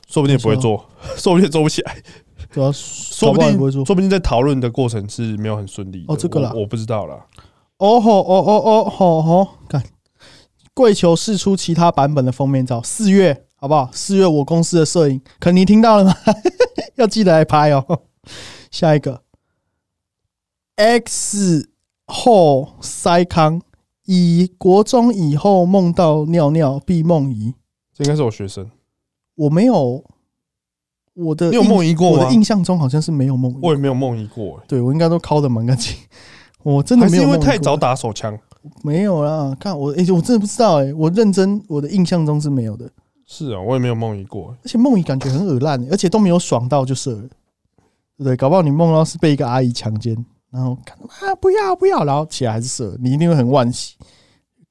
[SPEAKER 1] 说不定也不会 做，说不定也做不起来，
[SPEAKER 2] 主要
[SPEAKER 1] 说
[SPEAKER 2] 说
[SPEAKER 1] 不定
[SPEAKER 2] 不会做。
[SPEAKER 1] 说不定在讨论的过程是没有很顺利的。
[SPEAKER 2] 哦这个啦
[SPEAKER 1] 我我不知道啦。
[SPEAKER 2] 哦吼哦哦哦吼吼，看跪求试出其他版本的封面照，四月好不好？四月我公司的摄影，肯尼听到了吗？ 要记得来拍哦。下一个，X 后塞康，以国中以后梦到尿尿必梦遗。
[SPEAKER 1] 这应该是我学生，
[SPEAKER 2] 我没有，我的
[SPEAKER 1] 你有
[SPEAKER 2] 印
[SPEAKER 1] 梦遗过
[SPEAKER 2] 呃我
[SPEAKER 1] 吗
[SPEAKER 2] 的？印象中好像是没有梦遗
[SPEAKER 1] 我也没有梦遗过、欸，
[SPEAKER 2] 对我应该都敲的蛮干净。我真的
[SPEAKER 1] 还
[SPEAKER 2] 没
[SPEAKER 1] 是
[SPEAKER 2] 有
[SPEAKER 1] 因为
[SPEAKER 2] 梦遗
[SPEAKER 1] 太
[SPEAKER 2] 过
[SPEAKER 1] 早打手枪，
[SPEAKER 2] 没有啦。看我，哎、我真的不知道哎、我认真，我的印象中是没有的。
[SPEAKER 1] 是啊，我也没有梦遗过、欸
[SPEAKER 2] 而且梦遗感觉很恶烂、而且都没有爽到就射了，对不对？搞不好你梦到是被一个阿姨强奸，然后看啊不要不要，然后起来还是射了，你一定会很惋惜。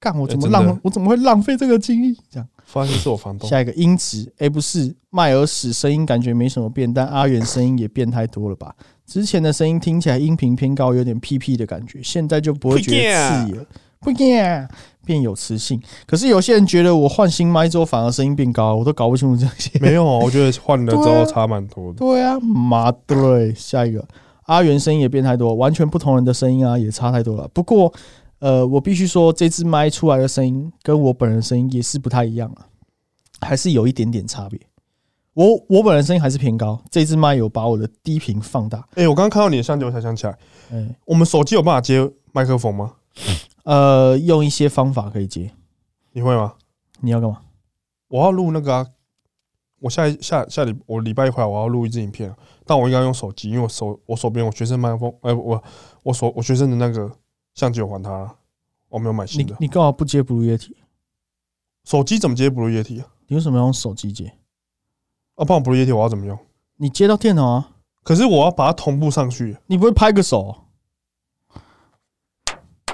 [SPEAKER 2] 干我怎么
[SPEAKER 1] 哎真的
[SPEAKER 2] 浪、我怎么会浪费这个精力？这样
[SPEAKER 1] 发现是我房东。
[SPEAKER 2] 下一个音质，哎、不是麦尔史声音感觉没什么变，但阿元声音也变太多了吧？之前的声音听起来音频偏高，有点屁屁的感觉，现在就不会觉
[SPEAKER 1] 啊
[SPEAKER 2] 得刺耳，不呀，变有磁性。可是有些人觉得我换新麦之后反而声音变高，我都搞不清楚这些。
[SPEAKER 1] 没有啊，我觉得换了之
[SPEAKER 2] 对
[SPEAKER 1] 后
[SPEAKER 2] 啊
[SPEAKER 1] 差蛮多的。
[SPEAKER 2] 对啊，妈的嘞！下一个，阿元声音也变太多，完全不同人的声音啊，也差太多了。不过，呃，我必须说，这支麦出来的声音跟我本人声音也是不太一样啊，还是有一点点差别。我我本人声音还是偏高，这支麦有把我的低频放大。
[SPEAKER 1] 哎、我刚刚看到你的相机，我才想起来，
[SPEAKER 2] 哎、
[SPEAKER 1] 我们手机有办法接麦克风吗？
[SPEAKER 2] 呃，用一些方法可以接。
[SPEAKER 1] 你会吗？
[SPEAKER 2] 你要干嘛？
[SPEAKER 1] 我要录那个啊，我下一下下礼我礼拜一回来我要录一支影片啊、但我应该用手机，因为我手我手边我学生麦克风，哎、我我手我学生的那个相机我还他了，我没有买新
[SPEAKER 2] 你
[SPEAKER 1] 的。
[SPEAKER 2] 你干嘛不接 Blue Yeti？
[SPEAKER 1] 手机怎么接 Blue Yeti 啊？
[SPEAKER 2] 你为什么要用手机接？
[SPEAKER 1] 啊，不然 Blue Yeti 我要怎么用？
[SPEAKER 2] 你接到电脑啊？
[SPEAKER 1] 可是我要把它同步上去，
[SPEAKER 2] 你不会拍个手啊、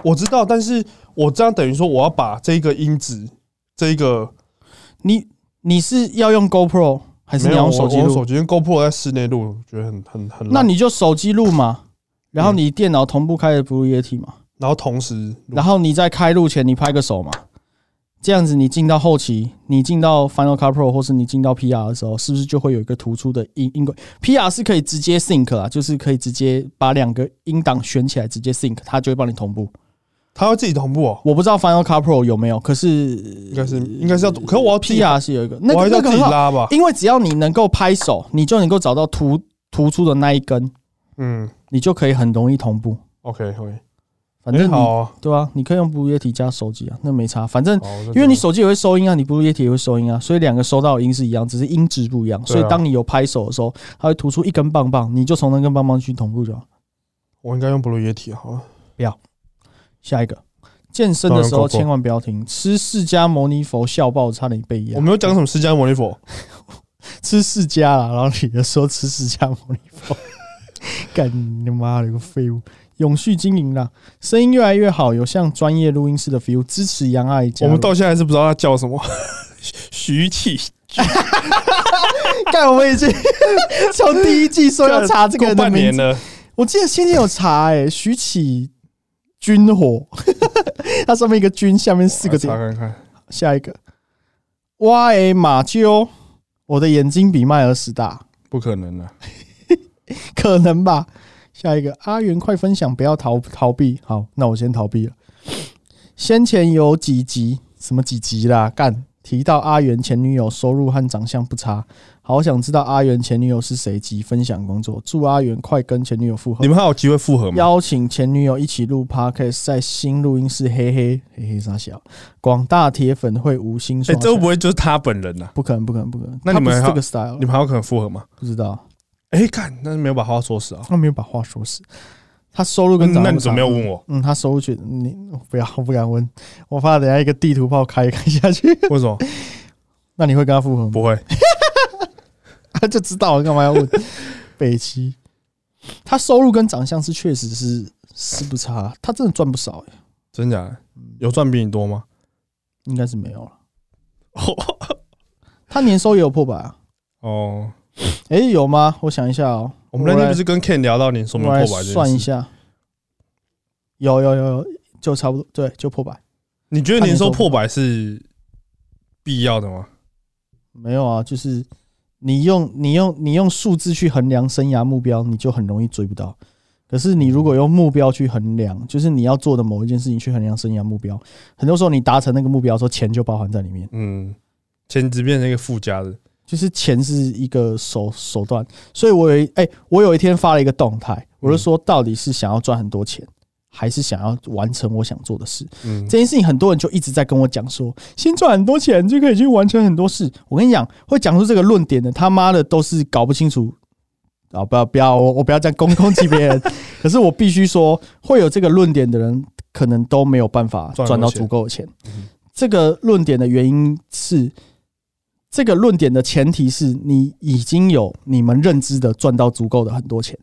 [SPEAKER 1] 我知道，但是我这样等于说我要把这个音质，这一个
[SPEAKER 2] 你你是要用 GoPro 还是
[SPEAKER 1] 没
[SPEAKER 2] 你
[SPEAKER 1] 有
[SPEAKER 2] 要
[SPEAKER 1] 我
[SPEAKER 2] 用手机
[SPEAKER 1] 我
[SPEAKER 2] 录
[SPEAKER 1] 手？机，因为 GoPro 在室内录，我觉得很很很
[SPEAKER 2] 那
[SPEAKER 1] 烂，
[SPEAKER 2] 你就手机录嘛，然后你电脑同步开着 Blue Yeti 嘛，
[SPEAKER 1] 然后同时录
[SPEAKER 2] 然后你在开录前你拍个手嘛，这样子你进到后期，你进到 Final Cut Pro 或是你进到 PR 的时候，是不是就会有一个突出的音音轨？PR 是可以直接 sync 啊，就是可以直接把两个音档选起来直接 sync，它就会帮你同步。
[SPEAKER 1] 它会自己同步哦，
[SPEAKER 2] 我不知道 Final Cut Pro 有没有，可是
[SPEAKER 1] 应该是应该是要，可是我要自己，
[SPEAKER 2] PR 是有一呃啊个，那
[SPEAKER 1] 我还
[SPEAKER 2] 个
[SPEAKER 1] 是要
[SPEAKER 2] 那个
[SPEAKER 1] 自己
[SPEAKER 2] 很好，
[SPEAKER 1] 拉吧，
[SPEAKER 2] 因为只要你能够拍手，你就能够找到突突出的那一根，
[SPEAKER 1] 嗯
[SPEAKER 2] 你就可以很容易同步。
[SPEAKER 1] ，OK OK，
[SPEAKER 2] 反正你、
[SPEAKER 1] 好啊，
[SPEAKER 2] 对啊，你可以用 Blue Yeti 加手机啊，那没差。反正
[SPEAKER 1] 好那
[SPEAKER 2] 因为
[SPEAKER 1] 就
[SPEAKER 2] 你手机也会收音啊，你 Blue Yeti 也会收音啊，所以两个收到的音是一样，只是音质不一样。
[SPEAKER 1] 对啊
[SPEAKER 2] 所以当你有拍手的时候，它会突出一根棒棒，你就从那根棒棒去同步就好。
[SPEAKER 1] 我应该用 Blue Yeti 好啊了，
[SPEAKER 2] 下一个，健身的时
[SPEAKER 1] 当然够
[SPEAKER 2] 候
[SPEAKER 1] 够
[SPEAKER 2] 千万不要停，吃释迦牟尼佛笑爆，差点被
[SPEAKER 1] 我
[SPEAKER 2] 压。
[SPEAKER 1] 没有讲什么释迦牟尼佛，
[SPEAKER 2] 吃释迦啦，然后你就说吃释迦牟尼佛， 干你妈的个废物！永续经营啦，声音越来越好，有像专业录音室的 feel，支持杨阿姨加
[SPEAKER 1] 我
[SPEAKER 2] 入。
[SPEAKER 1] 们到现在还是不知道他叫什么，徐启，
[SPEAKER 2] 干，我们 已经从第一季说要查这个
[SPEAKER 1] 过
[SPEAKER 2] 人的
[SPEAKER 1] 半
[SPEAKER 2] 名
[SPEAKER 1] 年
[SPEAKER 2] 字，
[SPEAKER 1] 了，
[SPEAKER 2] 我记得先前有查、欸，哎，徐启军火， 它上面一个军，下面四个
[SPEAKER 1] 啊来查
[SPEAKER 2] 点。
[SPEAKER 1] 看看，
[SPEAKER 2] 下一个，哇诶马鸠，我的眼睛比迈尔斯大，
[SPEAKER 1] 不可能啊的。
[SPEAKER 2] 可能吧。下一个，阿元快分享，不要逃逃避。好，那我先逃避了。先前有几集，什么几集啦？干提到阿元前女友收入和长相不差，好想知道阿元前女友是谁及分享工作。祝阿元快跟前女友复合
[SPEAKER 1] 你。们还有机会复合吗？
[SPEAKER 2] 邀请前女友一起录 podcast，在新录音室，嘿嘿嘿嘿傻笑，广大铁粉会无心
[SPEAKER 1] 哎，
[SPEAKER 2] 刷
[SPEAKER 1] 这会
[SPEAKER 2] 下。
[SPEAKER 1] 不会就是他本人啊呐？
[SPEAKER 2] 不可能，不可能，不可能！
[SPEAKER 1] 那你们
[SPEAKER 2] 他不是
[SPEAKER 1] 还
[SPEAKER 2] 这个 style，
[SPEAKER 1] 你们还有可能复合吗？
[SPEAKER 2] 不知道，
[SPEAKER 1] 哎，看，但是没有把话说死啊。
[SPEAKER 2] 他没有把话说死。他收入跟长
[SPEAKER 1] 那
[SPEAKER 2] 相
[SPEAKER 1] 你
[SPEAKER 2] 不差
[SPEAKER 1] 怎么没有问我？
[SPEAKER 2] 嗯，他收入去，你不要，我不敢问，我怕等一下一个地图炮开一开下去，
[SPEAKER 1] 为什么？
[SPEAKER 2] 那你会跟他复合吗？
[SPEAKER 1] 不会，
[SPEAKER 2] 他就知道了，干嘛要问？ 北齐，他收入跟长相是确实是是不差，他真的赚不少、欸，
[SPEAKER 1] 真假的？有赚比你多 吗？
[SPEAKER 2] 应该是没有了。他年收也有破百啊？
[SPEAKER 1] 哦，
[SPEAKER 2] 诶，有吗？我想一下哦，
[SPEAKER 1] 我们那天
[SPEAKER 2] 来
[SPEAKER 1] 不是跟 Ken 聊到你说明
[SPEAKER 2] 我
[SPEAKER 1] 破
[SPEAKER 2] 来
[SPEAKER 1] 百这件事
[SPEAKER 2] 算一下，有有有有，就差不多，对，就破百。
[SPEAKER 1] 你觉得年收破百是必要的吗？
[SPEAKER 2] 没有啊，就是你用你用你用数字去衡量生涯目标，你就很容易追不到。可是你如果用目标去衡量，就是你要做的某一件事情去衡量生涯目标，很多时候你达成那个目标的时候，钱就包含在里面，
[SPEAKER 1] 嗯，钱只变成一个附加的。
[SPEAKER 2] 就是钱是一个手手段。所以我有一哎、我有一天发了一个动态，我就说到底是想要赚很多钱，还是想要完成我想做的事？
[SPEAKER 1] 嗯，
[SPEAKER 2] 这件事情很多人就一直在跟我讲说，先赚很多钱就可以去完成很多事。我跟你讲，会讲出这个论点的，他妈的都是搞不清楚。啊，不要不要，我我不要再攻攻击别人。可是我必须说，会有这个论点的人，可能都没有办法
[SPEAKER 1] 赚很多
[SPEAKER 2] 赚到
[SPEAKER 1] 钱
[SPEAKER 2] 足够的钱
[SPEAKER 1] 嗯。
[SPEAKER 2] 这个论点的原因是，这个论点的前提是你已经有你们认知的赚到足够的很多钱。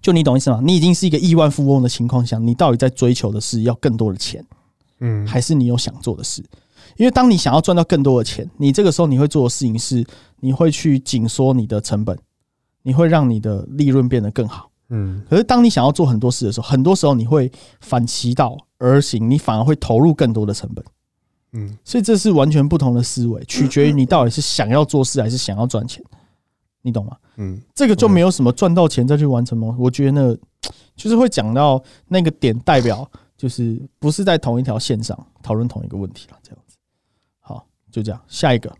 [SPEAKER 2] 就你懂意思吗？你已经是一个亿万富翁的情况下，你到底在追求的是要更多的钱，
[SPEAKER 1] 嗯，
[SPEAKER 2] 还是你有想做的事？因为当你想要赚到更多的钱，你这个时候你会做的事情是，你会去紧缩你的成本，你会让你的利润变得更好。
[SPEAKER 1] 嗯，
[SPEAKER 2] 可是当你想要做很多事的时候，很多时候你会反其道而行，你反而会投入更多的成本。
[SPEAKER 1] 嗯，
[SPEAKER 2] 所以这是完全不同的思维，取决于你到底是想要做事还是想要赚钱，你懂吗？
[SPEAKER 1] 嗯，
[SPEAKER 2] 这个就没有什么赚到钱再去完成吗？我觉得那个就是会讲到那个点，代表就是不是在同一条线上讨论同一个问题了，这样子。好，就这样，下一个，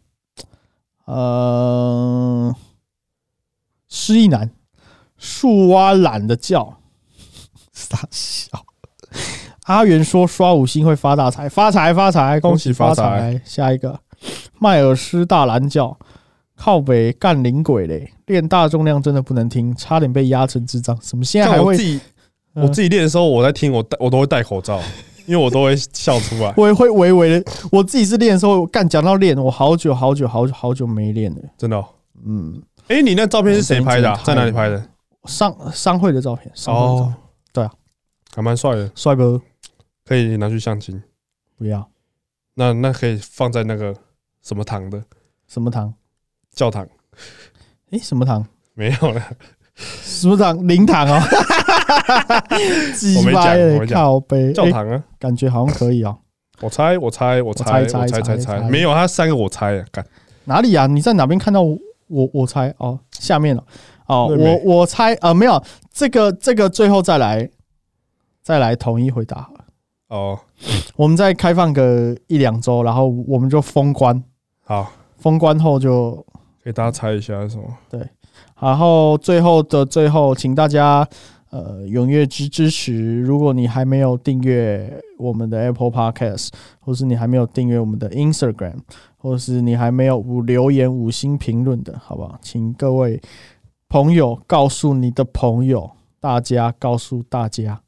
[SPEAKER 2] 呃，失忆男，树蛙懒得叫，傻笑。阿元说刷五星会发大财，发财发财，恭喜发
[SPEAKER 1] 恭喜发
[SPEAKER 2] 财。下一个，迈尔斯大蓝叫，靠北干灵鬼嘞，练大重量真的不能听，差点被压成智障。什么现在
[SPEAKER 1] 但
[SPEAKER 2] 还
[SPEAKER 1] 我
[SPEAKER 2] 会
[SPEAKER 1] 自己
[SPEAKER 2] 嗯
[SPEAKER 1] 我自己练的时候，我在听，我戴我都会戴口 罩，因为我都会笑出来。
[SPEAKER 2] 我也会微微的，我自己是练的时候，干讲到练，我好久好久好久好久没练了。
[SPEAKER 1] 真的哦。
[SPEAKER 2] 嗯，
[SPEAKER 1] 哎，你那照片是谁拍的啊？在哪里拍的？
[SPEAKER 2] 商商会的照片，商
[SPEAKER 1] 哦
[SPEAKER 2] 会的照片，，对啊，
[SPEAKER 1] 还蛮帅的，
[SPEAKER 2] 帅不？
[SPEAKER 1] 可以拿去相亲。
[SPEAKER 2] 不要
[SPEAKER 1] 那那可以放在那个什么堂的
[SPEAKER 2] 什么堂？
[SPEAKER 1] 教堂？
[SPEAKER 2] 诶，什么堂？
[SPEAKER 1] 没有了。
[SPEAKER 2] 什么堂？灵 堂哦，鸡
[SPEAKER 1] 我没讲
[SPEAKER 2] 掰
[SPEAKER 1] 我
[SPEAKER 2] 嘞，
[SPEAKER 1] 没讲
[SPEAKER 2] 靠背，
[SPEAKER 1] 教
[SPEAKER 2] 诶
[SPEAKER 1] 堂啊！
[SPEAKER 2] 感觉好像可以哦。
[SPEAKER 1] 我猜，我猜，我猜，
[SPEAKER 2] 我
[SPEAKER 1] 我
[SPEAKER 2] 猜
[SPEAKER 1] 猜，
[SPEAKER 2] 猜猜
[SPEAKER 1] 猜
[SPEAKER 2] 猜
[SPEAKER 1] 猜，没有，他三个我猜啊，干，
[SPEAKER 2] 哪里啊？你在哪边看到我？我我猜哦，下面了哦，
[SPEAKER 1] 妹妹
[SPEAKER 2] 我我猜啊、呃，没有这个这个最后再来再来统一回答好了。
[SPEAKER 1] 哦，
[SPEAKER 2] 我们再开放个一两周，然后我们就封关，
[SPEAKER 1] 好，
[SPEAKER 2] 封关后就，
[SPEAKER 1] 给大家猜一下是什么？
[SPEAKER 2] 然后最后的最后，请大家呃踊跃支支持。如果你还没有订阅我们的 Apple Podcast，或是你还没有订阅我们的 Instagram，或是你还没有五留言五星评论的，好不好？请各位朋友告诉你的朋友，大家告诉大家。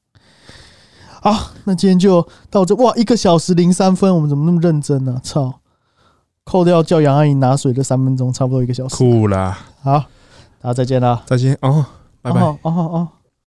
[SPEAKER 2] 好，那今天就到这。哇，一个小时零三分，我们怎么那么认真呢、操！扣掉叫杨阿姨拿水的三分钟，差不多一个小时。
[SPEAKER 1] 酷啦，
[SPEAKER 2] 好，大家再见啦！
[SPEAKER 1] 再见哦，拜拜。
[SPEAKER 2] 哦哦哦。